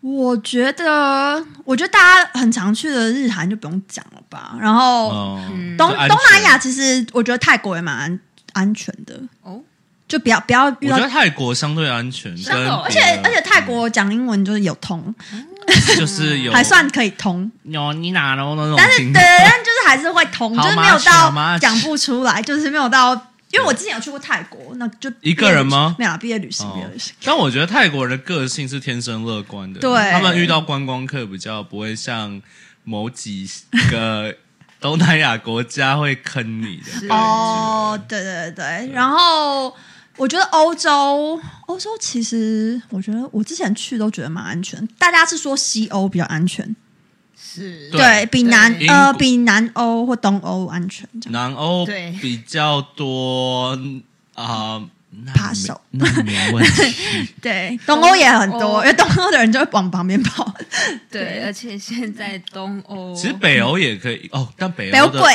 Speaker 3: 我觉得，我觉得大家很常去的日韩就不用讲了吧，然后。
Speaker 1: 哦，
Speaker 3: 东
Speaker 1: 就安
Speaker 3: 东南
Speaker 1: 全
Speaker 3: 亚，其实我觉得泰国也蛮安安全的，
Speaker 2: 哦，
Speaker 3: 就不要不要遇
Speaker 1: 我
Speaker 3: 到
Speaker 1: 觉得泰国相对安全，
Speaker 2: 香
Speaker 1: 跟
Speaker 2: 港
Speaker 3: 而
Speaker 1: 别
Speaker 3: 且
Speaker 1: 的
Speaker 3: 而且泰国讲英文就是有通，
Speaker 1: 就是有
Speaker 3: 还算可以通，
Speaker 1: 有你哪喽那种
Speaker 3: 但是
Speaker 1: 情
Speaker 3: 对，
Speaker 1: 况，
Speaker 3: 但就是还是会 通，
Speaker 1: 好
Speaker 3: 就是没有
Speaker 1: much，好
Speaker 3: 到
Speaker 1: much
Speaker 3: 讲不出来，就是没有到，因为我之前有去过泰国，那就
Speaker 1: 一个人吗
Speaker 3: 毕业旅行没有啦，毕业旅行，
Speaker 1: 哦
Speaker 3: 毕业旅行。
Speaker 1: 但我觉得泰国人的个性是天生乐观的，
Speaker 3: 对
Speaker 1: 他们遇到观光客比较不会像某几个东南亚国家会坑你的感觉
Speaker 3: 哦哦，对对对对，然后我觉得欧洲，欧洲其实我觉得我之前去都觉得蛮安全，大家是说西欧比较安全，
Speaker 2: 是，
Speaker 1: 对
Speaker 3: 比南
Speaker 1: 英国
Speaker 3: 呃比南欧或东欧安全这样。
Speaker 1: 南欧
Speaker 2: 对
Speaker 1: 比较多啊，那
Speaker 3: 扒
Speaker 1: 没
Speaker 3: 手
Speaker 1: 那没问 题。
Speaker 3: 对，东欧也很
Speaker 2: 东
Speaker 3: 多，
Speaker 2: 欧
Speaker 3: 因为东欧的人就会往旁边跑，
Speaker 2: 对，而且现在东欧
Speaker 1: 其实北欧也可以哦，但北
Speaker 3: 北欧
Speaker 1: 欧的
Speaker 3: 贵，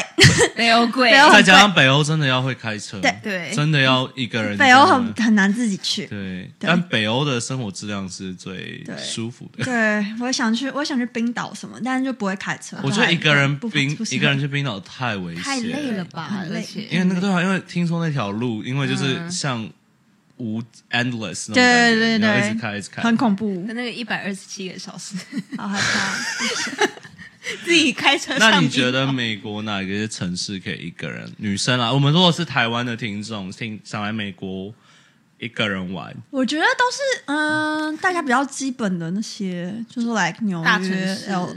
Speaker 2: 北欧贵，
Speaker 3: 北欧
Speaker 1: 再加上北欧真的要会开车，
Speaker 3: 对
Speaker 2: 对
Speaker 1: 真的要一个人，
Speaker 3: 北欧很很难自己去。
Speaker 1: 对，
Speaker 3: 对
Speaker 1: 但北欧的生活质量是最
Speaker 3: 对
Speaker 1: 舒服的。
Speaker 3: 对，我想去，我想去冰岛什么，但是就不会开车。
Speaker 1: 我觉得一个人
Speaker 3: 啊不不
Speaker 1: 冰
Speaker 3: 不适合
Speaker 1: 一个人去冰岛太危险，
Speaker 2: 太累了吧
Speaker 3: 很，
Speaker 2: 而
Speaker 3: 累嗯
Speaker 2: 且
Speaker 1: 因为那个对啊，因为听说那条路，因为就是
Speaker 2: 嗯
Speaker 1: 像无 endless 那种
Speaker 3: 对
Speaker 1: 感觉
Speaker 3: 对对
Speaker 1: 你要
Speaker 3: 对
Speaker 1: 一直开一直开，
Speaker 3: 很恐怖，
Speaker 2: 那个一百二十七个小时
Speaker 3: 好害 怕。
Speaker 2: 自己开车上
Speaker 1: 那你
Speaker 2: 冰
Speaker 1: 觉得美国哪一个城市可以一个人？女生啊，我们如果是台湾的听众，听想来美国一个人玩，
Speaker 3: 我觉得都是嗯、大家比较基本的那些，就是 like 纽
Speaker 2: 大城
Speaker 3: 约、
Speaker 2: 市
Speaker 3: L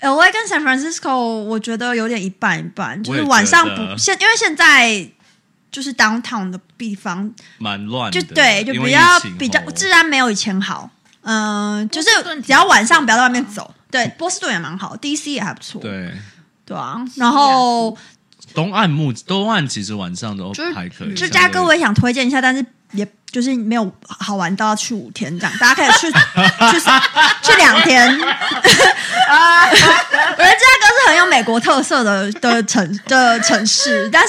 Speaker 3: L A 跟 San Francisco，我觉得有点一半一半，就
Speaker 1: 我也觉
Speaker 3: 是
Speaker 1: 得
Speaker 3: 晚上不现，因为现在就是 downtown 的地方，
Speaker 1: 蛮乱的，
Speaker 3: 就对，就
Speaker 1: 因
Speaker 3: 比
Speaker 1: 为疫
Speaker 3: 较
Speaker 1: 情哦
Speaker 3: 比较
Speaker 1: 吼
Speaker 3: 治安没有以前好，嗯、就是
Speaker 2: 波士顿挺
Speaker 3: 只要晚上不要在外面走。对，波士顿也蛮好，D C 也还不错，
Speaker 1: 对。啊
Speaker 3: 对啊。然后
Speaker 1: 东岸木东岸其实晚上都
Speaker 3: 就是
Speaker 1: 还可以，
Speaker 3: 芝加哥我
Speaker 1: 相
Speaker 3: 也想推荐一下，但是也就是没有好玩到要去五天这样，大家可以 去去去两天。 啊，我觉得芝加哥是很有美国特色的的城的城市，但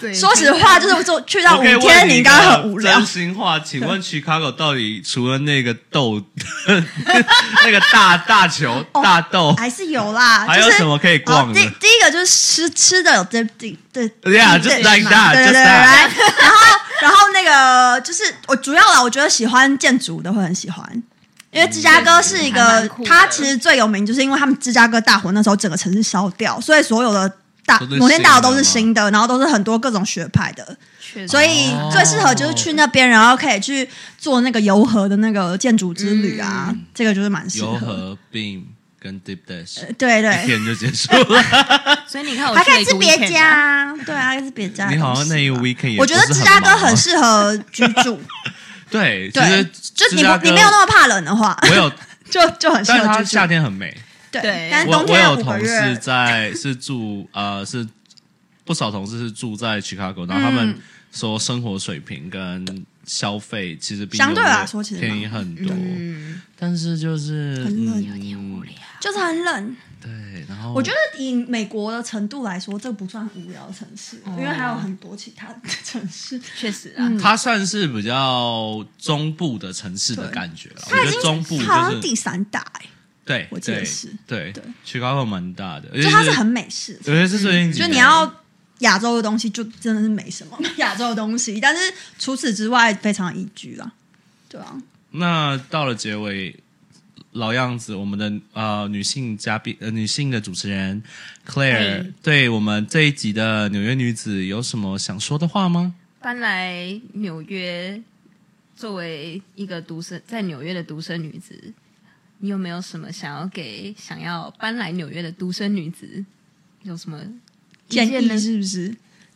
Speaker 2: 对
Speaker 3: 是说实话，就是做去到五
Speaker 1: 对我可以
Speaker 3: 天，
Speaker 1: 问
Speaker 3: 你
Speaker 1: 你
Speaker 3: 应
Speaker 1: 一
Speaker 3: 该
Speaker 1: 个
Speaker 3: 很无聊
Speaker 1: 真。心话，请问 Chicago 到底除了那个豆， 那个大大球
Speaker 3: 哦
Speaker 1: 大豆，
Speaker 3: 还是有 啦，
Speaker 1: 还有
Speaker 3: 就是
Speaker 1: 什么可以
Speaker 3: 哦
Speaker 1: 逛，
Speaker 3: 第
Speaker 1: 的？
Speaker 3: 第一个就是吃吃的有这这这
Speaker 1: Yeah,
Speaker 3: 这
Speaker 1: just
Speaker 3: 这
Speaker 1: like
Speaker 3: 嘛
Speaker 1: that,
Speaker 3: 对对
Speaker 1: just
Speaker 3: 对
Speaker 1: that.
Speaker 3: 对然后然后那个就是我主要啦，我觉得喜欢建筑的会很喜欢。因为芝加哥是一
Speaker 2: 还
Speaker 3: 个
Speaker 2: 蛮酷，的
Speaker 3: 它其实最有名，就是因为他们芝加哥大火那时候整个城市烧掉，所以所有的大
Speaker 1: 都是
Speaker 3: 摩天大楼都是
Speaker 1: 新
Speaker 3: 新的，然后都是很多各种学派的，
Speaker 2: 确实
Speaker 3: 所以
Speaker 1: 哦
Speaker 3: 最适合就是去那边，然后可以去做那个游河的那个建筑之旅啊，这个就是蛮适
Speaker 1: 嗯游
Speaker 3: 合。
Speaker 1: 河 Beam 跟 Deep Dash，
Speaker 3: 对对
Speaker 1: 一，天就结束 了。
Speaker 2: 所以你看我
Speaker 3: 还可
Speaker 2: 去了
Speaker 3: 以
Speaker 2: 一个
Speaker 3: 吃别
Speaker 2: weekend
Speaker 3: 家，啊，对啊，还可以吃别家的东西
Speaker 1: 你
Speaker 3: 吧。
Speaker 1: 好像那一 weekend 也
Speaker 3: 我觉得
Speaker 1: 不是
Speaker 3: 芝加哥
Speaker 1: 忙啊
Speaker 3: 很适合居 住，
Speaker 1: 对，其
Speaker 3: 对
Speaker 1: 实，
Speaker 3: 就是你
Speaker 1: 芝加
Speaker 3: 不
Speaker 1: 哥
Speaker 3: 你没有那么怕冷的话，
Speaker 1: 我 有，
Speaker 3: 就就很适
Speaker 1: 但是
Speaker 3: 合
Speaker 1: 它
Speaker 3: 居住
Speaker 1: 夏。天很美。
Speaker 3: 对
Speaker 2: 对，
Speaker 3: 但是
Speaker 1: 我
Speaker 3: 冬
Speaker 1: 我
Speaker 3: 天
Speaker 1: 有
Speaker 3: 五个
Speaker 1: 同事
Speaker 3: 月，
Speaker 1: 在是住呃是不少同事是住在 Chicago，然后他
Speaker 3: 嗯
Speaker 1: 们说生活水平跟消费其实比
Speaker 3: 相
Speaker 1: 纽
Speaker 3: 对
Speaker 1: 约
Speaker 3: 来说其实蛮
Speaker 1: 便宜很多，
Speaker 2: 嗯，
Speaker 1: 但是就是
Speaker 3: 很冷
Speaker 1: 嗯
Speaker 3: 有点就是很冷。
Speaker 1: 对，然后
Speaker 3: 我觉得以美国的程度来说，这不算无聊的城市，因为还有很多其他的城市。
Speaker 2: 确实啊，
Speaker 1: 它算是比较中部的城市的感觉了，我
Speaker 3: 它已
Speaker 1: 觉
Speaker 3: 经
Speaker 1: 得中部
Speaker 3: 它好像
Speaker 1: 就是
Speaker 3: 第三大哎，
Speaker 1: 对，
Speaker 3: 我记得
Speaker 1: 对
Speaker 3: 是
Speaker 1: 对
Speaker 3: 对
Speaker 1: ，Chicago 蛮大的，
Speaker 3: 就它是很美式的
Speaker 1: 尤其是最近几
Speaker 3: 就
Speaker 1: 年
Speaker 3: 你要亚洲的东西，就真的是没什么亚洲的东西。 但是除此之外，非常宜居啦。对啊，
Speaker 1: 那到了结尾，老样子，我们的呃女性嘉宾呃女性的主持人 Claire，、
Speaker 2: 嘿
Speaker 1: 对我们这一集的纽约女子有什么想说的话吗？
Speaker 2: 搬来纽约，作为一个独生在纽约的独生女子，你有没有什么想要给想要搬来纽约的独生女子有什么
Speaker 3: 建
Speaker 2: 见呢
Speaker 3: 议？是不是？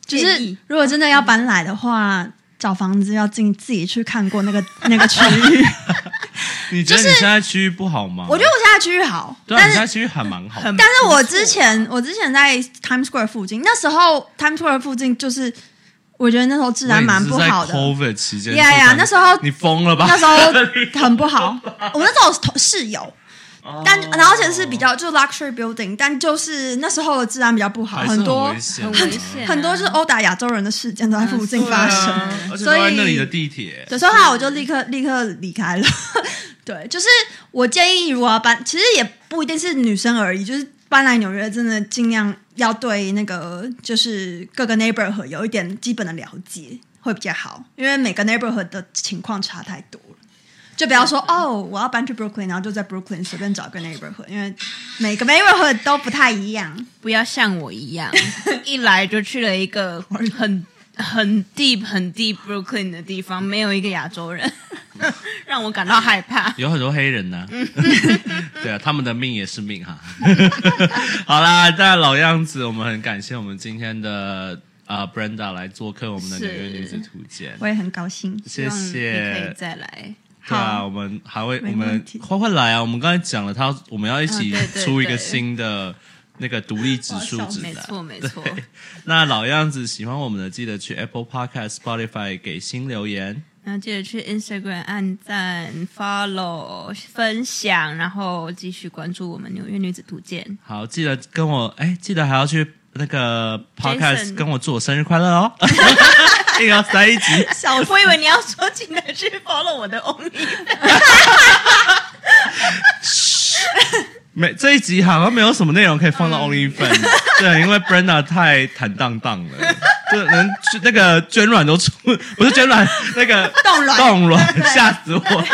Speaker 3: 就
Speaker 2: 建
Speaker 3: 是
Speaker 2: 议
Speaker 3: 如果真的要搬来的话，找房子要进自己去看过那 个那个区域。
Speaker 1: 你觉得你现在区域不好吗？
Speaker 3: 我觉得我现在区域好，
Speaker 1: 对啊，
Speaker 3: 但
Speaker 1: 你现在
Speaker 3: 是
Speaker 1: 区域还蛮好的，
Speaker 3: 但是我之前我之前在 Times Square 附近，那时候 Times Square 附近就是我觉得那时候治安蛮不好的
Speaker 1: 因。为你是在 COVID 期间，
Speaker 3: 呀呀
Speaker 1: 就感觉
Speaker 3: 那时候
Speaker 1: 你疯了吧？
Speaker 3: 那时候很不好。我那时候有同室友，但
Speaker 1: 哦
Speaker 3: 然后而且是比较就是 luxury building，但就是那时候的治安比较不好，
Speaker 1: 还是
Speaker 3: 很
Speaker 1: 很
Speaker 3: 多
Speaker 1: 危险
Speaker 2: 很
Speaker 1: 啊
Speaker 2: 危险啊、
Speaker 3: 很多就是殴打亚洲人的事件都在附近发生。
Speaker 1: 对啊而且都
Speaker 3: 嗯所以
Speaker 1: 在那里的地铁，
Speaker 3: 对，所以后来我就立刻立刻离开了。对，就是我建议，如果要搬，其实也不一定是女生而已，就是搬来纽约，真的尽量要对那个就是各个 neighborhood 有一点基本的了解会比较好，因为每个 neighborhood 的情况差太多了。就不要说哦，我要搬去 Brooklyn，然后就在 Brooklyn 随便找一个 neighborhood，因为每个 neighborhood 都不太一样。
Speaker 2: 不要像我一 样，一来就去了一个很很 deep 很 deep Brooklyn 的地方，没有一个亚洲 人，让我感到害怕。
Speaker 1: 有很多黑人 呢、对啊，他们的命也是 命哈。好啦，那老样子，我们很感谢我们今天的啊、b r e n d a 来做客我们的《
Speaker 2: 是
Speaker 1: 纽约女子图鉴
Speaker 3: 我》，也很高兴。
Speaker 1: 谢
Speaker 2: 希望你可以
Speaker 1: 谢。
Speaker 2: 再来。
Speaker 1: 对啊，
Speaker 3: 好
Speaker 1: 我们还会
Speaker 3: 没
Speaker 1: 我
Speaker 3: 问
Speaker 1: 们
Speaker 3: 题
Speaker 1: 欢欢来啊！我们刚才讲了他，我们要一起
Speaker 2: 嗯对对
Speaker 1: 出一
Speaker 2: 对
Speaker 1: 个新的那个独立指数
Speaker 3: 我要笑
Speaker 1: 指
Speaker 2: 哦没
Speaker 1: 南。
Speaker 2: 错，没错。
Speaker 1: 那老样子，喜欢我们的记得去 Apple Podcast、Spotify 给新留言。
Speaker 2: 然后记得去 Instagram 按赞、follow、分享，然后继续关注我们《纽约女子图鉴》。
Speaker 1: 好，记得跟我哎，记得还要去那个 Podcast
Speaker 2: Jason
Speaker 1: 跟我祝我生日快乐哦！ 硬要塞一集，
Speaker 2: 小，我以为你要说记得去 follow 我的 Only，
Speaker 1: 没这一集好像没有什么内容可以放
Speaker 3: 嗯
Speaker 1: 到 OnlyFans，、对，因为 Brenda 太坦荡荡了， 就能那个捐卵都出，不是捐卵，那个
Speaker 3: 冻卵
Speaker 1: 冻 卵，吓死我！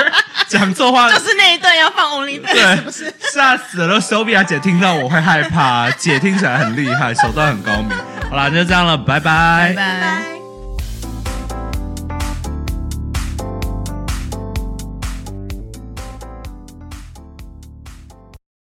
Speaker 1: 讲错话
Speaker 2: 就是那一段要放 Only 的，
Speaker 1: 对
Speaker 2: 是不是？，
Speaker 1: 吓死了！手比亚姐听到我会害怕，姐听起来很厉害，手段很高明。好啦，那就这样了，拜拜
Speaker 2: 拜拜。